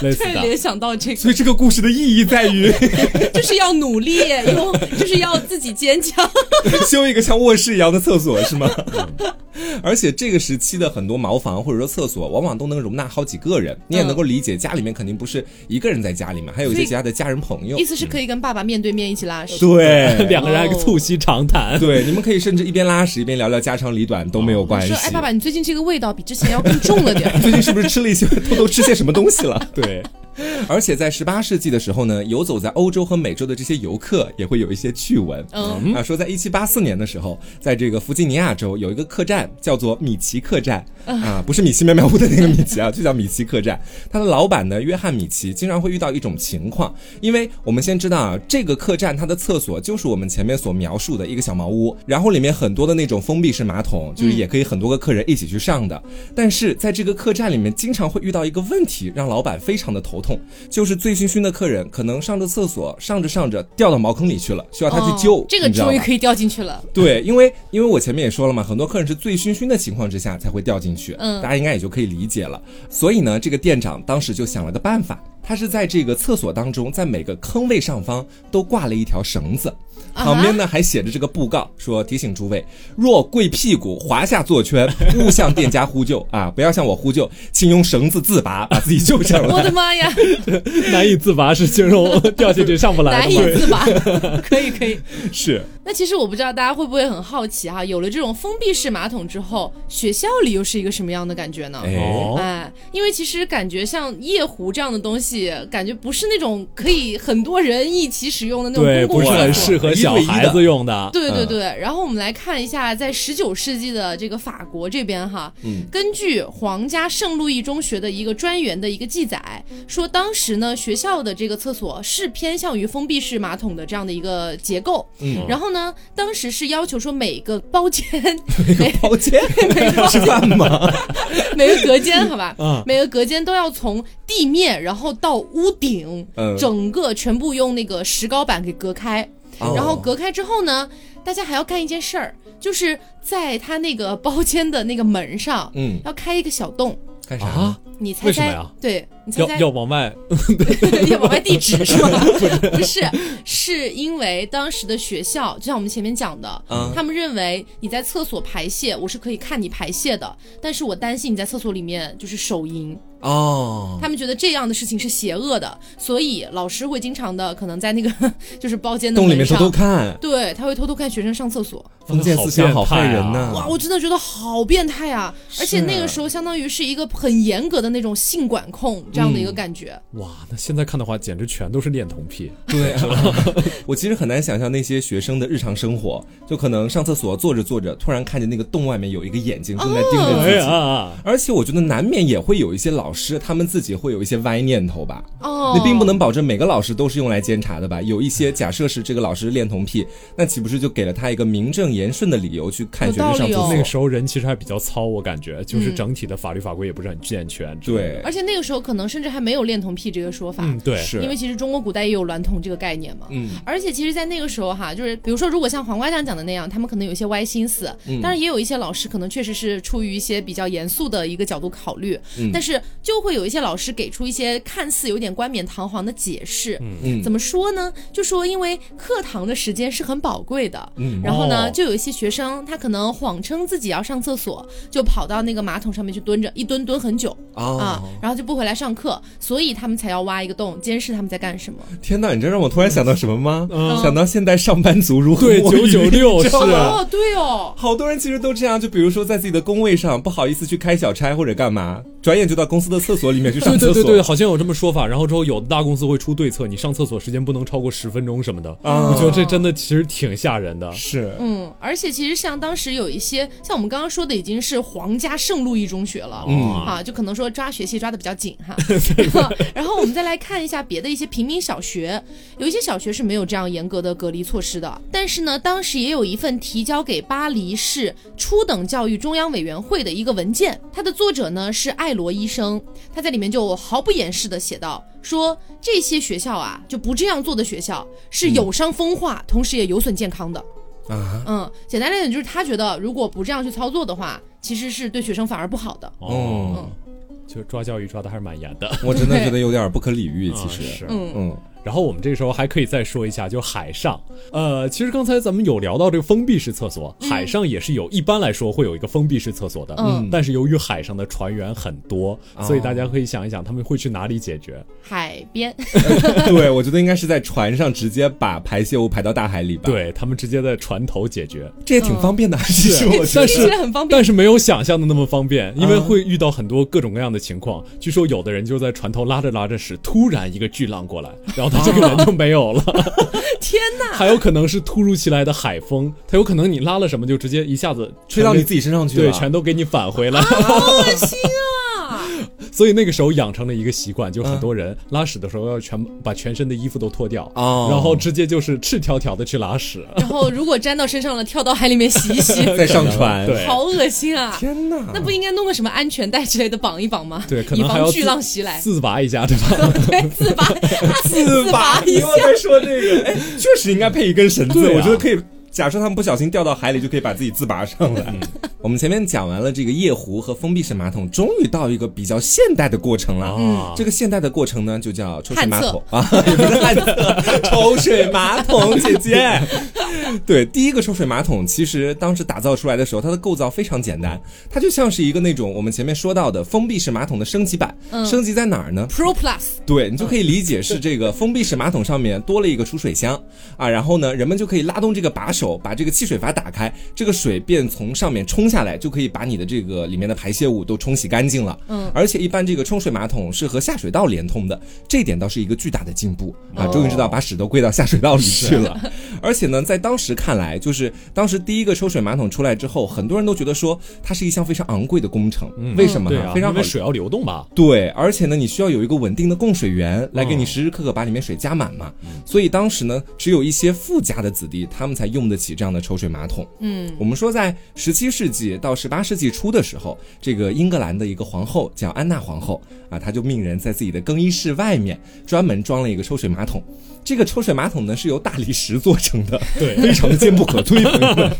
A: 突
B: 然联想到这个。
C: 所以这个故事的意义在于，
B: 就是要努力，用就是要自己坚强，
C: 修一个像卧室一样的厕所是吗？而且这个时期的很多茅房或者说厕所，往往都能容纳好几个
B: 嗯
C: 人。你也能够理解，家里面肯定不是一个人在家里面，还有一些其他的家人朋友。
B: 意思是可以跟爸爸面对面一起拉屎，
C: 对，
A: 两个人还促膝长谈。
C: 对，你们可以甚至一边拉屎一边聊聊家长里短都没有关系。
B: 说，哎，爸爸，你最近这个味道比之前要更重了点。
C: 最近是不是吃了一些偷偷吃些什么东 西了？
A: 对。
C: 而且在十八世纪的时候呢，游走在欧洲和美洲的这些游客也会有一些趣闻。嗯、啊，说在一七八四年的时候，在这个弗吉尼亚州有一个客栈叫做米奇客栈啊，不是米奇妙妙屋的那个米奇啊，就叫米奇客栈。它的老板呢，约翰米奇，经常会遇到一种情况，因为我们先知道啊，这个客栈它的厕所就是我们前面所描述的一个小茅屋，然后里面很多的那种封闭式马桶，就是也可以很多个客人一起去上的。嗯、但是在这个客栈里面，经常会遇到一个问题，让老板非常的头。痛就是醉醺醺的客人，可能上着厕所，上着上着掉到茅坑里去了，需要他去救。哦、
B: 这个终于可以掉进去了。
C: 对，因为因为我前面也说了嘛，很多客人是醉醺醺的情况之下才会掉进去，嗯，大家应该也就可以理解了。所以呢，这个店长当时就想了个办法，他是在这个厕所当中，在每个坑位上方都挂了一条绳子。
B: 啊
C: 旁边呢还写着这个布告，说提醒诸位，若跪屁股滑下 坐圈，勿向店家呼救啊！不要向我呼救，请用绳子自拔，啊把自己救上来。
B: 我的妈呀，
A: 难以自拔是形容掉下去上不来
B: 的。难以自拔，可以可以。
C: 是。
B: 那其实我不知道大家会不会很好奇哈、啊，有了这种封闭式马桶之后，学校里又是一个什么样的感觉呢？
C: 哦、
B: 哎，因为其实感觉像夜壶这样的东西，感觉不是那种可以很多人一起使用的那种公共
A: 不是很适合。小孩子用的，
B: 对对对。嗯、然后我们来看一下，在十九世纪的这个法国这边哈，嗯、根据皇家圣路易中学的一个专员的一个记载，说当时呢学校的这个厕所是偏向于封闭式马桶的这样的一个结构。嗯，然后呢，当时是要求说每个包间，
C: 每个 包间吃饭吗？
B: 每个隔间好吧，嗯、每个隔间都要从地面然后到屋顶，整个全部用那个石膏板给隔开。然后隔开之后呢，大家还要干一件事儿，就是在他那个包间的那个门上，嗯，要开一个小洞。
C: 干啥、啊？
B: 你猜猜？
A: 呀？
B: 对，你猜
A: 猜？要要往外，
B: 要往外地址是 吗？不是，是因为当时的学校，就像我们前面讲的，嗯、他们认为你在厕所排泄，我是可以看你排泄的，但是我担心你在厕所里面就是手淫
C: 哦，
B: 他们觉得这样的事情是邪恶的，所以老师会经常的可能在那个 就是包间的
C: 洞里面偷偷看，
B: 对，他会偷偷看学生上厕所，
C: 封建思想好害人呐、
A: 啊！
B: 哇，我真的觉得好变态啊！而且那个时候相当于是一个很严格的那种性管控，这样的
C: 嗯
B: 一个感觉。
A: 哇，那现在看的话，简直全都是恋童癖。
C: 对、啊， 我其实很难想象那些学生的日常生活，就可能上厕所坐着坐着，突然看见那个洞外面有一个眼睛正在盯 着自己，
A: 哦、
C: 而且我觉得难免也会有一些老师，他们自己会有一些歪念头吧。
B: 哦，
C: 你并不能保证每个老师都是用来监察的吧？有一些假设是这个老师恋童癖，那岂不是就给了他一个名正言顺的理由去看学生上厕所？
B: 哦、
A: 那个时候人其实还比较糙，我感觉就是
B: 嗯
A: 整体的法律法规也不是很健全。
C: 对，
B: 而且那个时候可能甚至还没有恋童癖这个说法。
A: 嗯，对，
C: 是
B: 因为其实中国古代也有娈童这个概念嘛。
C: 嗯，
B: 而且其实，在那个时候哈，就是比如说，如果像黄瓜酱讲的那样，他们可能有一些歪心思，嗯、当然也有一些老师可能确实是出于一些比较严肃的一个角度考虑，
C: 嗯、
B: 但是就会有一些老师给出一些看似有点冠冕堂皇的解释。
C: 嗯，
B: 怎么说呢？就说因为课堂的时间是很宝贵的，
C: 嗯，
B: 然后呢，
A: 哦
B: 就有一些学生他可能谎称自己要上厕所，就跑到那个马桶上面去蹲着，一蹲蹲很久。
C: 哦
B: 啊，然后就不回来上课，所以他们才要挖一个洞监视他们在干什么。
C: 天哪，你这让我突然想到什么吗？
A: 嗯
C: 想到现代上班族如何
A: 对
C: 摸鱼
A: 996
C: 你知道吗
A: 是啊
B: 哦，对哦，
C: 好多人其实都这样，就比如说在自己的工位上不好意思去开小差或者干嘛，转眼就到公司的厕所里面去上
A: 对
C: 厕
A: 对
C: 所。
A: 对对，好像有这么说法。然后之后有的大公司会出对策，你上厕所时间不能超过十分钟什么的。
C: 啊
A: 我觉得这真的其实挺吓人的。
C: 是，
B: 嗯，而且其实像当时有一些，像我们刚刚说的，已经是皇家圣路易中学了，
A: 嗯
B: 啊，就可能说抓学习抓的比较紧哈。 然后我们再来看一下别的一些平民小学，有一些小学是没有这样严格的隔离措施的。但是呢，当时也有一份提交给巴黎市初等教育中央委员会的一个文件，它的作者呢是艾罗医生，他在里面就毫不掩饰的写道。说这些学校啊，就不这样做的学校是有伤风化，同时也有损健康的。
C: 啊，
B: 嗯，简单来讲就是他觉得如果不这样去操作的话，其实是对学生反而不好的。
A: 哦，就抓教育抓的还是蛮严的。
C: 嗯我真的觉得有点不可理喻，其
A: 啊
C: 实，
A: 是
B: 嗯
C: 嗯
A: 然后我们这个时候还可以再说一下，就海上，呃，其实刚才咱们有聊到这个封闭式厕所，海上也是有，一般来说会有一个封闭式厕所的，
B: 嗯
A: 但是由于海上的船员很多，所以大家可以想一想他们会去哪里解决。
B: 海边，
C: 对，我觉得应该是在船上直接把排泄物排到大海里吧。，
A: 对他们直接在船头解决，
C: 这也挺方便的，其实我觉
A: 但
C: 得
A: 是
B: 听起来很方便。
A: 但是没有想象的那么方便，因为会遇到很多各种各样的情况。据说有的人就在船头拉着拉着时，突然一个巨浪过来，然后他这个人就没有了。
B: 天 哪！
A: 还有可能是突如其来的海风，它有可能你拉了什么就直接一下子
C: 吹到
A: 全
C: 你
A: 给
C: 自己身上去
A: 对，
C: 了。
A: 全都给你返 回来。
B: 好恶心啊！
A: 所以那个时候养成了一个习惯，就很多人拉屎的时候要全把全身的衣服都脱掉，
C: 嗯哦
A: 然后直接就是赤条条的去拉 屎。
B: 然后如果沾到身上了，跳到海里面洗一洗，
C: 在上船。
A: 对
B: 好恶心啊！
C: 天哪，
B: 那不应该弄个什么安全带之类的绑一绑吗？
A: 对，可
B: 以
A: 能还要
B: 防巨
A: 自
B: 浪袭来。
A: 自拔一下，对吧？
B: 对，自拔，
C: 自
B: 自
C: 拔！
B: 拔一下。
C: 在说这个，哎，确实应该配一根绳子，
A: 对啊
C: 我觉得可以。假设他们不小心掉到海里，就可以把自己自拔上来。我们前面讲完了这个夜壶和封闭式马桶，终于到一个比较现代的过程了。
A: 啊，
C: 这个现代的过程呢，就叫抽水马桶
B: 旱
C: 啊，不是旱厕，抽水马桶，姐 姐。对，第一个抽水马桶，其实当时打造出来的时候，它的构造非常简单，它就像是一个那种我们前面说到的封闭式马桶的升级版。
B: 嗯
C: 升级在哪儿呢？
B: Pro Plus，
C: 对你就可以理解是这个封闭式马桶上面多了一个储水箱啊，然后呢，人们就可以拉动这个把手，把这个汽水阀打开，这个水便从上面冲下来，就可以把你的这个里面的排泄物都冲洗干净了。
B: 嗯
C: 而且一般这个冲水马桶是和下水道连通的，这一点倒是一个巨大的进步啊，终于知道把屎都归到下水道里去了。而且呢，在当时看来，就是当时第一个抽水马桶出来之后，很多人都觉得说它是一项非常昂贵的工程，为什么
A: 对
C: 呢？
A: 啊，
C: 非常
A: 因
C: 好
A: 为水要流动吧？
C: 对，而且呢，你需要有一个稳定的供水源来给你时时刻刻把里面水加满嘛。所以当时呢，只有一些富家的子弟，他们才用得起这样的抽水马桶。
B: 嗯，
C: 我们说，在十七世纪到十八世纪初的时候，这个英格兰的一个皇后叫安娜皇后啊，她就命人在自己的更衣室外面专门装了一个抽水马桶。这个抽水马桶呢是由大理石做成的，
A: 对
C: 非常的坚不可摧。朋友们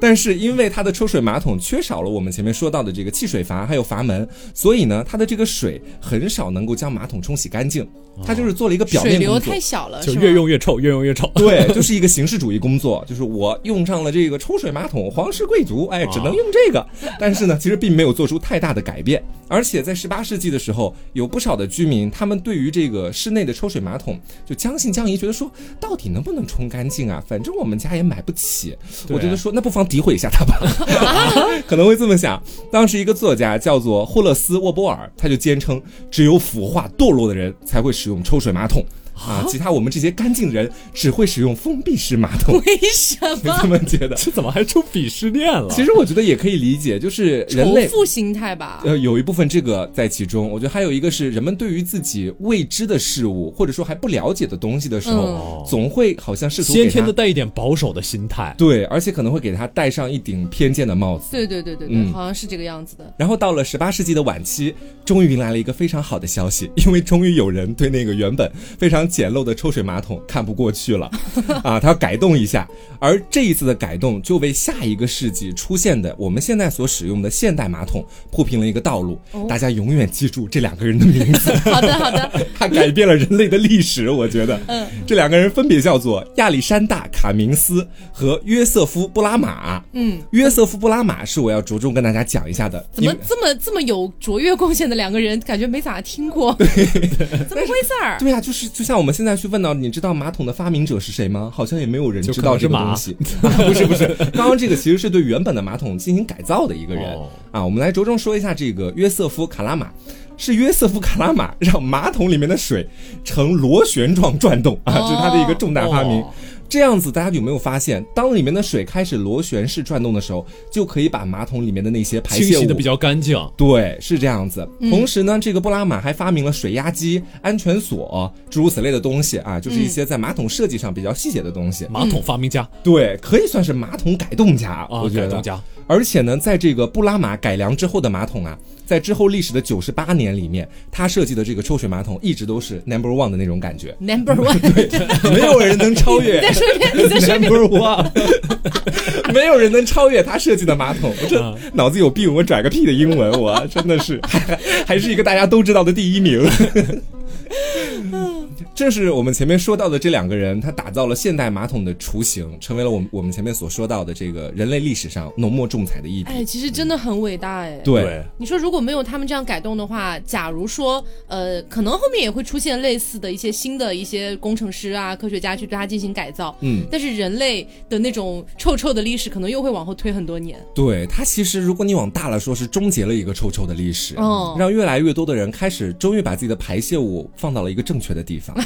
C: 但是因为它的抽水马桶缺少了我们前面说到的这个汽水阀还有阀门，所以呢，它的这个水很少能够将马桶冲洗干净。它就是做了一个表
B: 水
C: 面工
B: 流
C: 作
B: 太。小了，
A: 就是越
B: 吗
A: 用越臭，越用越臭。
C: 对，就是一个形式主义工作，就是我用上了这个抽水马桶，皇室贵族，哎，只能用这个。但是呢，其实并没有做出太大的改变。而且在十八世纪的时候，有不少的居民，他们对于这个室内的抽水马桶就将信江姨觉得说，到底能不能冲干净啊？反正我们家也买不起。我觉得说，那不妨诋毁一下他吧， 可能会这么想。当时一个作家叫做霍勒斯·沃波尔，他就坚称，只有腐化堕落的人才会使用抽水马桶。啊，其他我们这些干净的人只会使用封闭式马 桶。
B: 为什么？
C: 你怎么觉得？
A: 这怎么还出鄙视链了？
C: 其实我觉得也可以理解，就是 人 类
B: 仇富心态吧。
C: 呃，有一部分这个在其中。我觉得还有一个是人们对于自己未知的事物，或者说还不了解的东西的时候，嗯、总会好像试图
A: 哦先天的带一点保守的心态。
C: 对，而且可能会给他戴上一顶偏见的帽子。
B: 对对对对对，嗯、好像是这个样子的。
C: 然后到了十八世纪的晚期，终于迎来了一个非常好的消息， 因为终于有人对那个原本非常。简陋的抽水马桶看不过去了，啊，他要改动一下。而这一次的改动，就为下一个世纪出现的我们现在所使用的现代马桶铺平了一个道路。哦、大家永远记住这两个人的名字。
B: 好的，好的。
C: 他改变了人类的历史，我觉得。嗯，这两个人分别叫做亚历山大·卡明斯和约瑟夫·布拉玛。嗯，约瑟夫·布拉玛是我要着重跟大家讲一下的。
B: 怎么这么这么有卓越贡献的两个人，感觉没咋听过？ 怎么回事儿？
C: 对呀、啊，就是就像。我们现在去问到，你知道马桶的发明者是谁吗？好像也没有人知道这个东西。 啊、不是不是，刚刚这个其实是对原本的马桶进行改造的一个人、哦、啊。我们来着重说一下这个约瑟夫·卡拉玛。是约瑟夫·卡拉玛让马桶里面的水呈螺旋状转动 啊，这、就是他的一个重大发明。哦、这样子，大家有没有发现，当里面的水开始螺旋式转动的时候，就可以把马桶里面的那些排泄物
A: 的比较干净。
C: 对，是这样子。
A: 嗯
C: 同时呢，这个布拉玛还发明了水压机、安全锁，诸如此类的东西啊，就是一些在马桶设计上比较细节的东西。
A: 马桶发明家，
C: 对，可以算是马桶改动家啊，我觉
A: 得。改动家。
C: 而且呢，在这个布拉玛改良之后的马桶啊。在之后历史的九十八年里面，他设计的这个抽水马桶一直都是 number one 的那种 感觉。
B: number one，对，
C: 没有人能超越。
B: 再说一遍，再说一遍。
C: number one，没 有人能超越他设计的马桶。我这脑子有病，我拽个屁的英文，我 真的是还还是一个大家都知道的第一名。 正是我们前面说到的这两个人，他打造了现代马桶的雏形，成为了我们我们前面所说到的这个人类历史上浓墨重彩的一笔。
B: 哎，其实真的很伟大哎。
C: 对，
B: 你说如果没有他们这样改动的话，假如说呃，可能后面也会出现类似的一些新的一些工程师啊、科学家去对它进行改造。嗯，但是人类的那种臭臭的历史，可能又会往后推很多年。
C: 对，它其实如果你往大了说，是终结了一个臭臭的历史，
B: 哦
C: 嗯、让越来越多的人开始终于把自己的排泄物放到了一个正确的地方。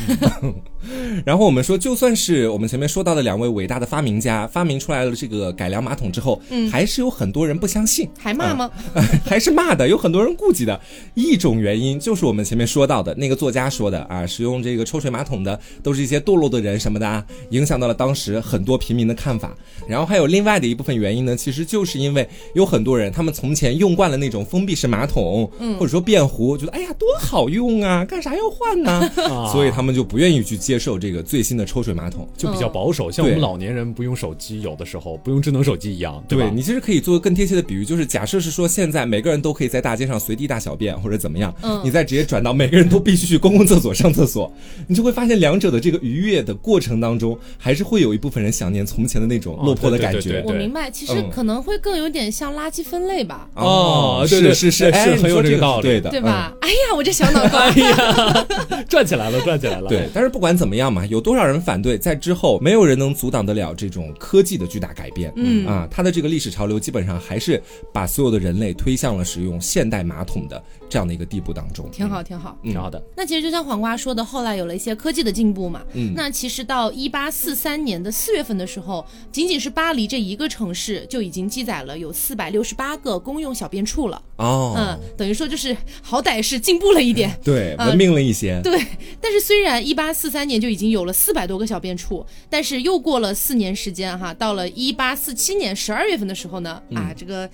C: 然后我们说，就算是我们前面说到的两位伟大的发明家发明出来了这个改良马桶之后，嗯，还是有很多人不相信，
B: 还骂吗、
C: 啊？ 还是骂的，有很多人顾忌的。一种原因就是我们前面说到的那个作家说的啊，使用这个抽水马桶的都是一些堕落的人什么的，啊，影响到了当时很多平民的看法。然后还有另外的一部分原因呢，其实就是因为有很多人他们从前用惯了那种封闭式马桶，嗯，或者说便壶，觉得哎呀多好用啊，干啥要换呢、啊？所以他们。就不愿意去接受这个最新的抽水马桶，
A: 就
B: 嗯
A: 比较保守，像我们老年人不用手机，有的时候不用智能手机一样，对吧？
C: 对你其实可以做更贴切的比喻，就是假设是说现在每个人都可以在大街上随地大小便或者怎么样，嗯、你再直接转到每个人都必须去公共厕所上厕所，你就会发现两者的这个愉悦的过程当中，还是会有一部分人想念从前的那种落魄的感觉。
A: 哦、
B: 我明白，其实可能会更有点像垃圾分类吧。
C: 嗯、哦，是是是，哎，
A: 很有这个道理，
C: 对的，
B: 对吧？嗯、哎呀，我这小脑瓜， 哎
A: 呀， 转起来了，转起来了。
C: 对，但是不管怎么样嘛，有多少人反对，在之后没有人能阻挡得了这种科技的巨大改变。嗯啊，它的这个历史潮流基本上还是把所有的人类推向了使用现代马桶的这样的一个地步当中。
B: 挺好，挺好，
A: 挺好的。
B: 那其实就像黄瓜说的，后来有了一些科技的进步嘛。嗯，那其实到一八四三年的四月份的时候，仅仅是巴黎这一个城市就已经记载了有四百六十八个公用小便处了。
C: 哦，
B: 嗯，等于说就是好歹是进步了一点，
C: 对，文明了一些。
B: 嗯 对，但是虽然一八四三年就已经有了四百多个小便处，但是又过了四年时间哈，到了一八四七年十二月份的时候呢，嗯、啊，这个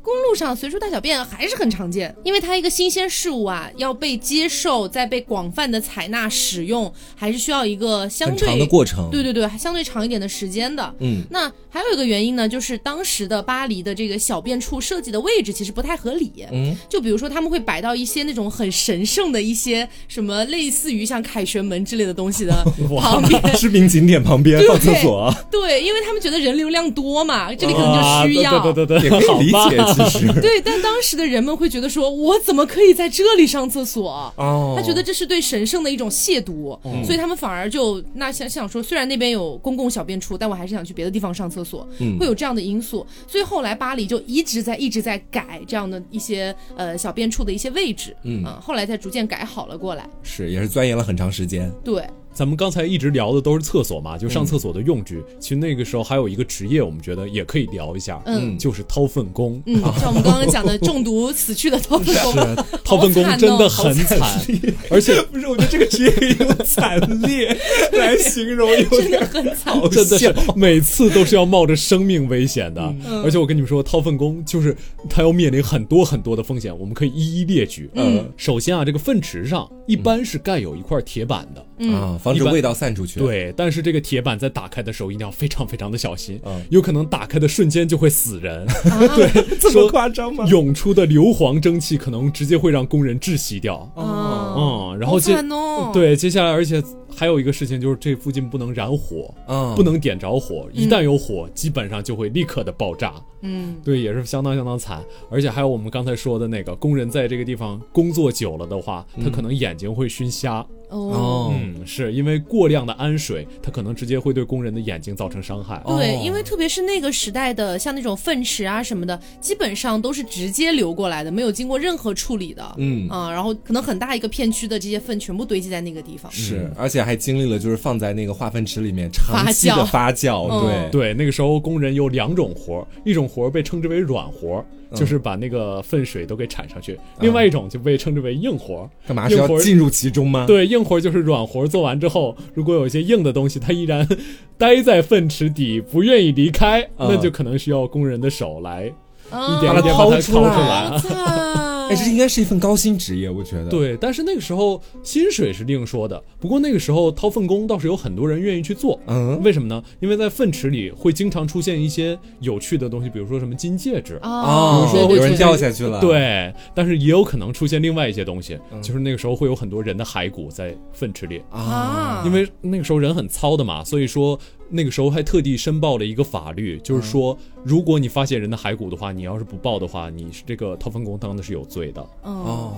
B: 公路上随处大小便还是很常见，因为它一个新鲜事物啊，要被接受、再被广泛的采纳使用，还是需要一个相对
C: 长的过程。
B: 对对对，相对长一点的时间的。
C: 嗯，
B: 那还有一个原因呢，就是当时的巴黎的这个小便处设计的位置其实不太合理。
C: 嗯，
B: 就比如说他们会摆到一些那种很神圣的一些什么类似于像凯旋门之类的东西的旁边，
C: 知名景点旁边放厕所、
B: 啊对。对，因为他们觉得人流量多嘛，这里可能就需要。
A: 对对对对，
C: 也可以理解。其实
B: 对，但当时的人们会觉得说，我怎么可以在这里上厕所？哦，他觉得这是对神圣的一种亵渎，
A: 哦
B: 嗯、所以他们反而就那想想说，虽然那边有公共小便处，但我还是想去别的地方上厕所，嗯、会有这样的因素。所以后来巴黎就一直在一直在改这样的一些呃小便处的一些位置，嗯、呃，后来才逐渐改好了过来。
C: 是，也是钻研了很长时间。
B: 对。
A: 咱们刚才一直聊的都是厕所嘛，就上厕所的用具。嗯、其实那个时候还有一个职业，我们觉得也可以聊一下，嗯，就是掏粪工。
B: 嗯，像我们刚刚 讲的中毒死去的掏粪工，
A: 是掏粪
B: 哦
A: 工真的很 惨，
C: 惨
A: 哦、而且
C: 不是，我觉得这个职业用惨烈来形容有
B: 点很惨，
A: 真的是每次都是要冒着生命危险的。嗯、而且我跟你们说，掏粪工就是他要面临很多很多的风险，我们可以一一列举。嗯，首先啊，这个粪池上一般是盖有一块铁板的。
B: 嗯、啊，
C: 防止味道散出去。
A: 对，但是这个铁板在打开的时候一定要非常非常的小心，嗯、有可能打开的瞬间就会死人。啊、对，
C: 这么夸张吗？
A: 涌出的硫磺蒸汽可能直接会让工人窒息掉。
B: 啊，
A: 嗯， 然后接、
B: 哦、
A: 对接下来，而且还有一个事情就是这附近不能燃火，嗯、不能点着火，一旦有火，基本上就会立刻的爆炸。
B: 嗯，
A: 对，也是相当相当惨。而且还有我们刚才说的那个工人在这个地方工作久了的话，他
C: 嗯
A: 可能眼睛会熏瞎。
B: 哦，
A: 嗯，是因为过量的氨水，它可能直接会对工人的眼睛造成伤害。
C: 哦
B: 对，因为特别是那个时代的，像那种粪池啊什么的，基本上都是直接流过来的，没有经过任何处理的。
C: 嗯
B: 啊，然后可能很大一个片区的这些粪全部堆积在那个地方。
C: 是，而且还经历了就是放在那个化粪池里面长期的发酵。
A: 嗯对对，那个时候工人有两种活，一种活被称之为软活。
C: 嗯
A: 就是把那个粪水都给铲上去，另外一种就被称之为硬活。
C: 干嘛是要进入其中吗？
A: 对，硬活就是软活做完之后，如果有一些硬的东西，它依然 待在粪池底，不愿意离开，嗯、那就可能需要工人的手来
B: 嗯
A: 一点一点把它掏出
B: 哦
C: 来。哎，这应该是一份高薪职业，我觉得。
A: 对，但是那个时候薪水是另说的。不过那个时候掏粪工倒是有很多人愿意去做。
C: 嗯，
A: 为什么呢？因为在粪池里会经常出现一些有趣的东西，比如说什么金戒指，
B: 哦、
A: 比如说
C: 有人掉下去了。
A: 对，但是也有可能出现另外一些东西，嗯、就是那个时候会有很多人的骸骨在粪池里
C: 啊，
A: 因为那个时候人很糙的嘛，所以说。那个时候还特地申报了一个法律，就是说，如果你发现人的骸骨的话，你要是不报的话，你是这个掏粪工当的是有罪的。
B: 哦。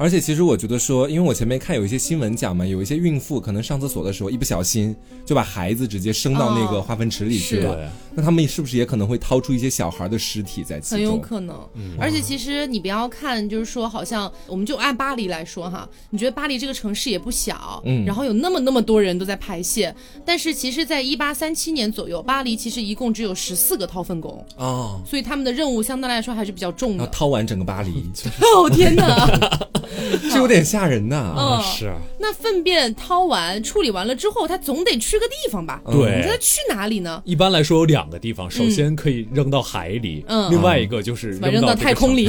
C: 而且其实我觉得说，因为我前面看有一些新闻讲嘛，有一些孕妇可能上厕所的时候一不小心就把孩子直接生到那个化粪池里去了，
A: 哦、
C: 那他们是不是也可能会掏出一些小孩的尸体在其中？
B: 很有可能。嗯、而且其实你不要看，就是说好像我们就按巴黎来说哈，你觉得巴黎这个城市也不小，
C: 嗯，
B: 然后有那么那么多人都在排泄，但是其实，在一八三七年左右，巴黎其实一共只有十四个掏粪工
C: 哦，
B: 所以他们的任务相对来说还是比较重的。
C: 掏完整个巴黎，
B: 哦天 哪！
C: 这有点吓人呐！
B: 嗯
A: 啊，是。
B: 那粪便掏完、处理完了之后，它总得去个地方吧？
A: 对。
B: 你说它去哪里呢？
A: 嗯一般来说有两个地方，首先可以扔到海里，
B: 嗯，
A: 另外一个就是
B: 扔到太空里，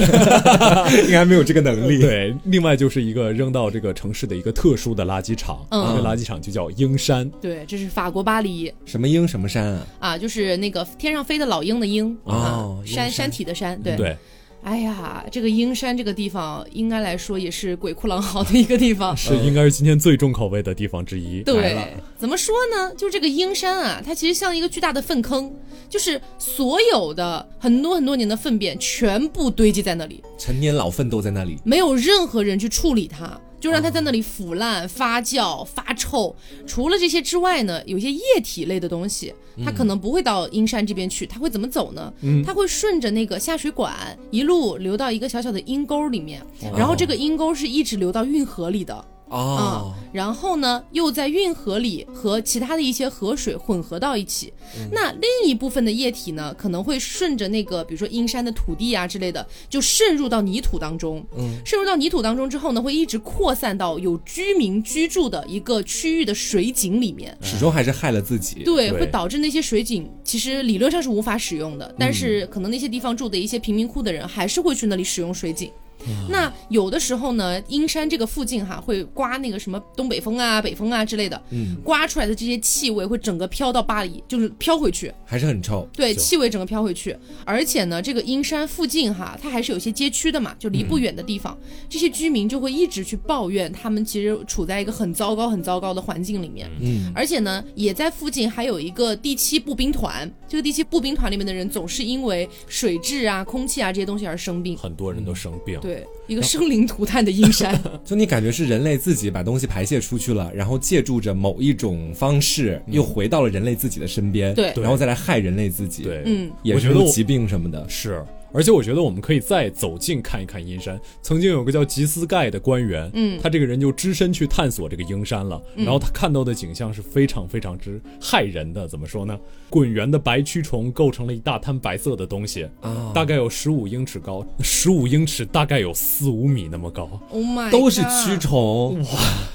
C: 应该没有这个能 力。
A: 对，另外就是一个扔到这个城市的一个特殊的垃圾场，
B: 嗯，
A: 这个垃圾场就叫鹰山。
B: 对，这是法国巴黎。
C: 什么鹰什么山啊？
B: 啊，就是那个天上飞的老鹰的鹰啊，山山体的山，对
A: 对。
B: 哎呀，这个鹰山这个地方，应该来说也是鬼哭狼嚎的一个地 方，
A: 是应该是今天最重口味的地方之一。
B: 对，怎么说呢？就这个鹰山啊，它其实像一个巨大的粪坑，就是所有的很多很多年的粪便全部堆积在那里，
C: 陈年老粪都在那里，
B: 没有任何人去处理它。就让它在那里腐烂、发酵、发臭。除了这些之外呢，有一些液体类的东西，它可能不会到阴山这边去，它会怎么走呢？
A: 嗯、
B: 它会顺着那个下水管一路流到一个小小的阴沟里面，然后这个阴沟是一直流到运河里的。
C: 哦、
B: 嗯，然后呢，又在运河里和其他的一些河水混合到一起。嗯、那另一部分的液体呢，可能会顺着那个，比如说阴山的土地啊之类的，就渗入到泥土当中。
C: 嗯，
B: 渗入到泥土当中之后呢，会一直扩散到有居民居住的一个区域的水井里面。
C: 始终还是害了自己。
B: 对，会导致那些水井其实理嗯论上是无法使用的，但是可能那些地方住的一些贫民窟的人还是会去那里使用水井。那有的时候呢，阴山这个附近哈会刮那个什么东北风啊、北风啊之类的，嗯，刮出来的这些气味会整个飘到巴黎，就是飘回去，
C: 还是很臭。
B: 对，气味整个飘回去。而且呢，这个阴山附近哈，它还是有些街区的嘛，就离不远的地方，这些居民就会一直去抱怨，他们其实处在一个很糟糕、很糟糕的环境里面。嗯，而且呢，也在附近还有一个第七步兵团，这个第七步兵团里面的人总是因为水质啊、空气啊这些东西而生病。
A: 很多人都生病。
B: 对，一个生灵涂炭的阴山，
C: 就你感觉是人类自己把东西排泄出去了，然后借助着某一种方式又回到了人类自己的身边，
B: 对
C: 然后再来害人类自己，
A: 对，
B: 嗯，
C: 也
A: 我
C: 是
A: 觉得
C: 入
A: 我
C: 疾病什么的。
A: 是。而且我觉得我们可以再走近看一看阴山。曾经有个叫吉斯盖的官员，嗯，他这个人就只身去探索这个阴山了，然后他看到的景象是非常非常之骇人的。怎么说呢？滚圆的白蛆虫构成了一大滩白色的东西，啊，大概有十五英尺高，十五英尺大概有四五米那么高，
B: Oh my，
C: 都是
B: god
C: 蛆虫，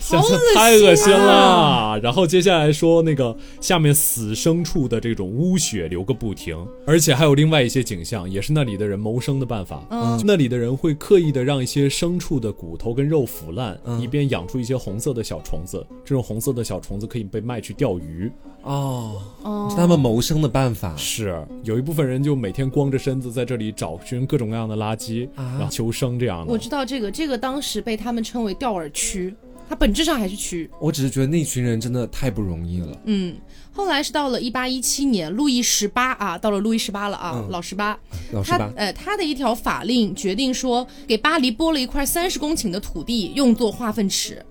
A: 想想
B: 啊
A: 太恶心了。然后接下来说那个下面死牲畜的这种污血流个不停，而且还有另外一些景象，也是那里的人谋生的办法。
B: 嗯
A: 那里的人会刻意的让一些牲畜的骨头跟肉腐烂，
C: 嗯
A: 以便养出一些红色的小虫子。这种红色的小虫子可以被卖去钓鱼。
C: 哦，是
B: 哦，
C: 他们谋生的办法。
A: 是有一部分人就每天光着身子在这里找寻各种各样的垃圾，
C: 啊
A: 然后求生这样的。
B: 我知道这个，这个当时被他们称为钓饵区，它本质上还是区。
C: 我只是觉得那群人真的太不容易了。
B: 嗯，后来是到了一八一七年，路易十八啊，到了路易十八了啊，老十八，
C: 老实
B: 他
C: 吧，
B: 呃，他的一条法令决定说，给巴黎拨了一块三十公顷的土地用作化粪池。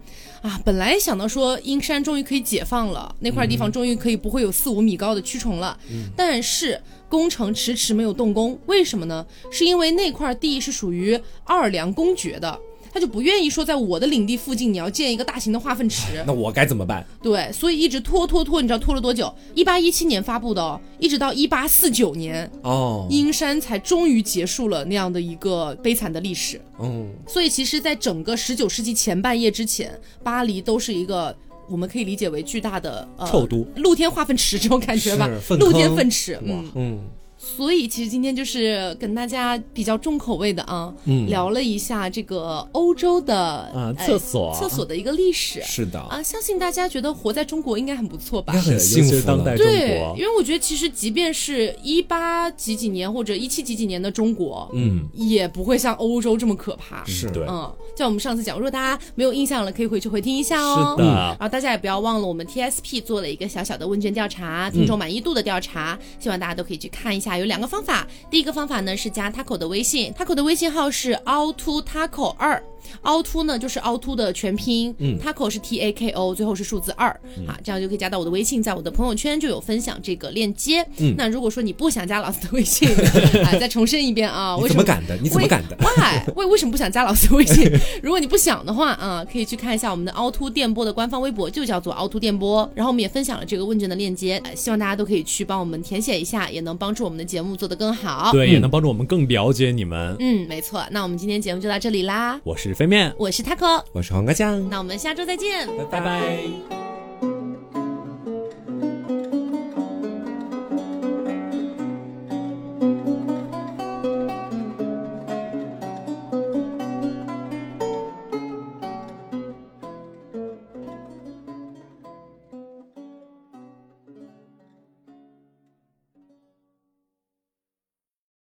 B: 啊，本来想到说阴山终于可以解放了，那块地方终于可以不会有四五米高的蛆虫了，但是工程迟迟没有动工，为什么呢？是因为那块地是属于奥尔良公爵的，他就不愿意说在我的领地附近你要建一个大型的化粪池。
C: 那我该怎么办？
B: 对，所以一直拖拖拖，你知道拖了多久？一八一七年发布的哦，一直到一八四九年，
C: 哦，
B: 阴山才终于结束了那样的一个悲惨的历史。
C: 嗯，
B: 所以，其实，在整个十九世纪前半叶之前，巴黎都是一个我们可以理解为巨大的呃
A: 臭都
B: 露天化粪池这种感觉吧
C: 是粪，
B: 露天
C: 坑
B: 粪池，嗯。
C: 嗯，
B: 所以其实今天就是跟大家比较重口味的啊，聊了一下这个欧洲的
A: 嗯啊
B: 呃
A: 厕所
B: 厕所的一个历史。
C: 是的，
B: 啊，相信大家觉得活在中国应该很不错吧
C: 应该？很
A: 尤
C: 幸
A: 其
C: 福
A: 是当代
C: 了
A: 中
B: 对，
A: 国
B: 因，为我觉得其实即便是一八几几年或者一七几几年的中国，
C: 嗯，
B: 也不会像欧洲这么可怕。
C: 是
A: 对，
B: 嗯，像我们上次讲，如果大家没有印象了，可以回去回听一下哦。
A: 是的
C: 啊
B: 然后大家也不要忘了，我们 TSP 做了一个小小的问卷调查，
C: 嗯
B: 听众满意度的调查，希望大家都可以去看一下。有两个方法，第一个方法呢是加 Taco 的微信，Taco 的微信号是凹凸 Taco 二。凹凸呢，就是凹凸的全拼，嗯，taco 是 T A K O，最后是数字二、
C: 嗯
B: 啊，这样就可以加到我的微信，在我的朋友圈就有分享这个链接。嗯，那如果说你不想加老子的微 信，啊，再重申一遍啊，
C: 你
B: 为
C: 怎
B: 什
C: 么
B: 么
C: 敢的？你怎么敢的？
B: ？Why？为为什么不想加老师微信？ 如果你不想的话啊，可以去看一下我们的凹凸电波的官方微博，就叫做凹凸电波。然后我们也分享了这个问卷的链接，呃希望大家都可以去帮我们填写一下，也能帮助我们的节目做得更好。
A: 对，也能帮助我们更了解你们。
B: 嗯，没错。那我们今天节目就到这里啦，
A: 我是飞面，
B: 我是 taco，
C: 我是黄瓜酱，
B: 那我们下周再见。
C: 拜拜。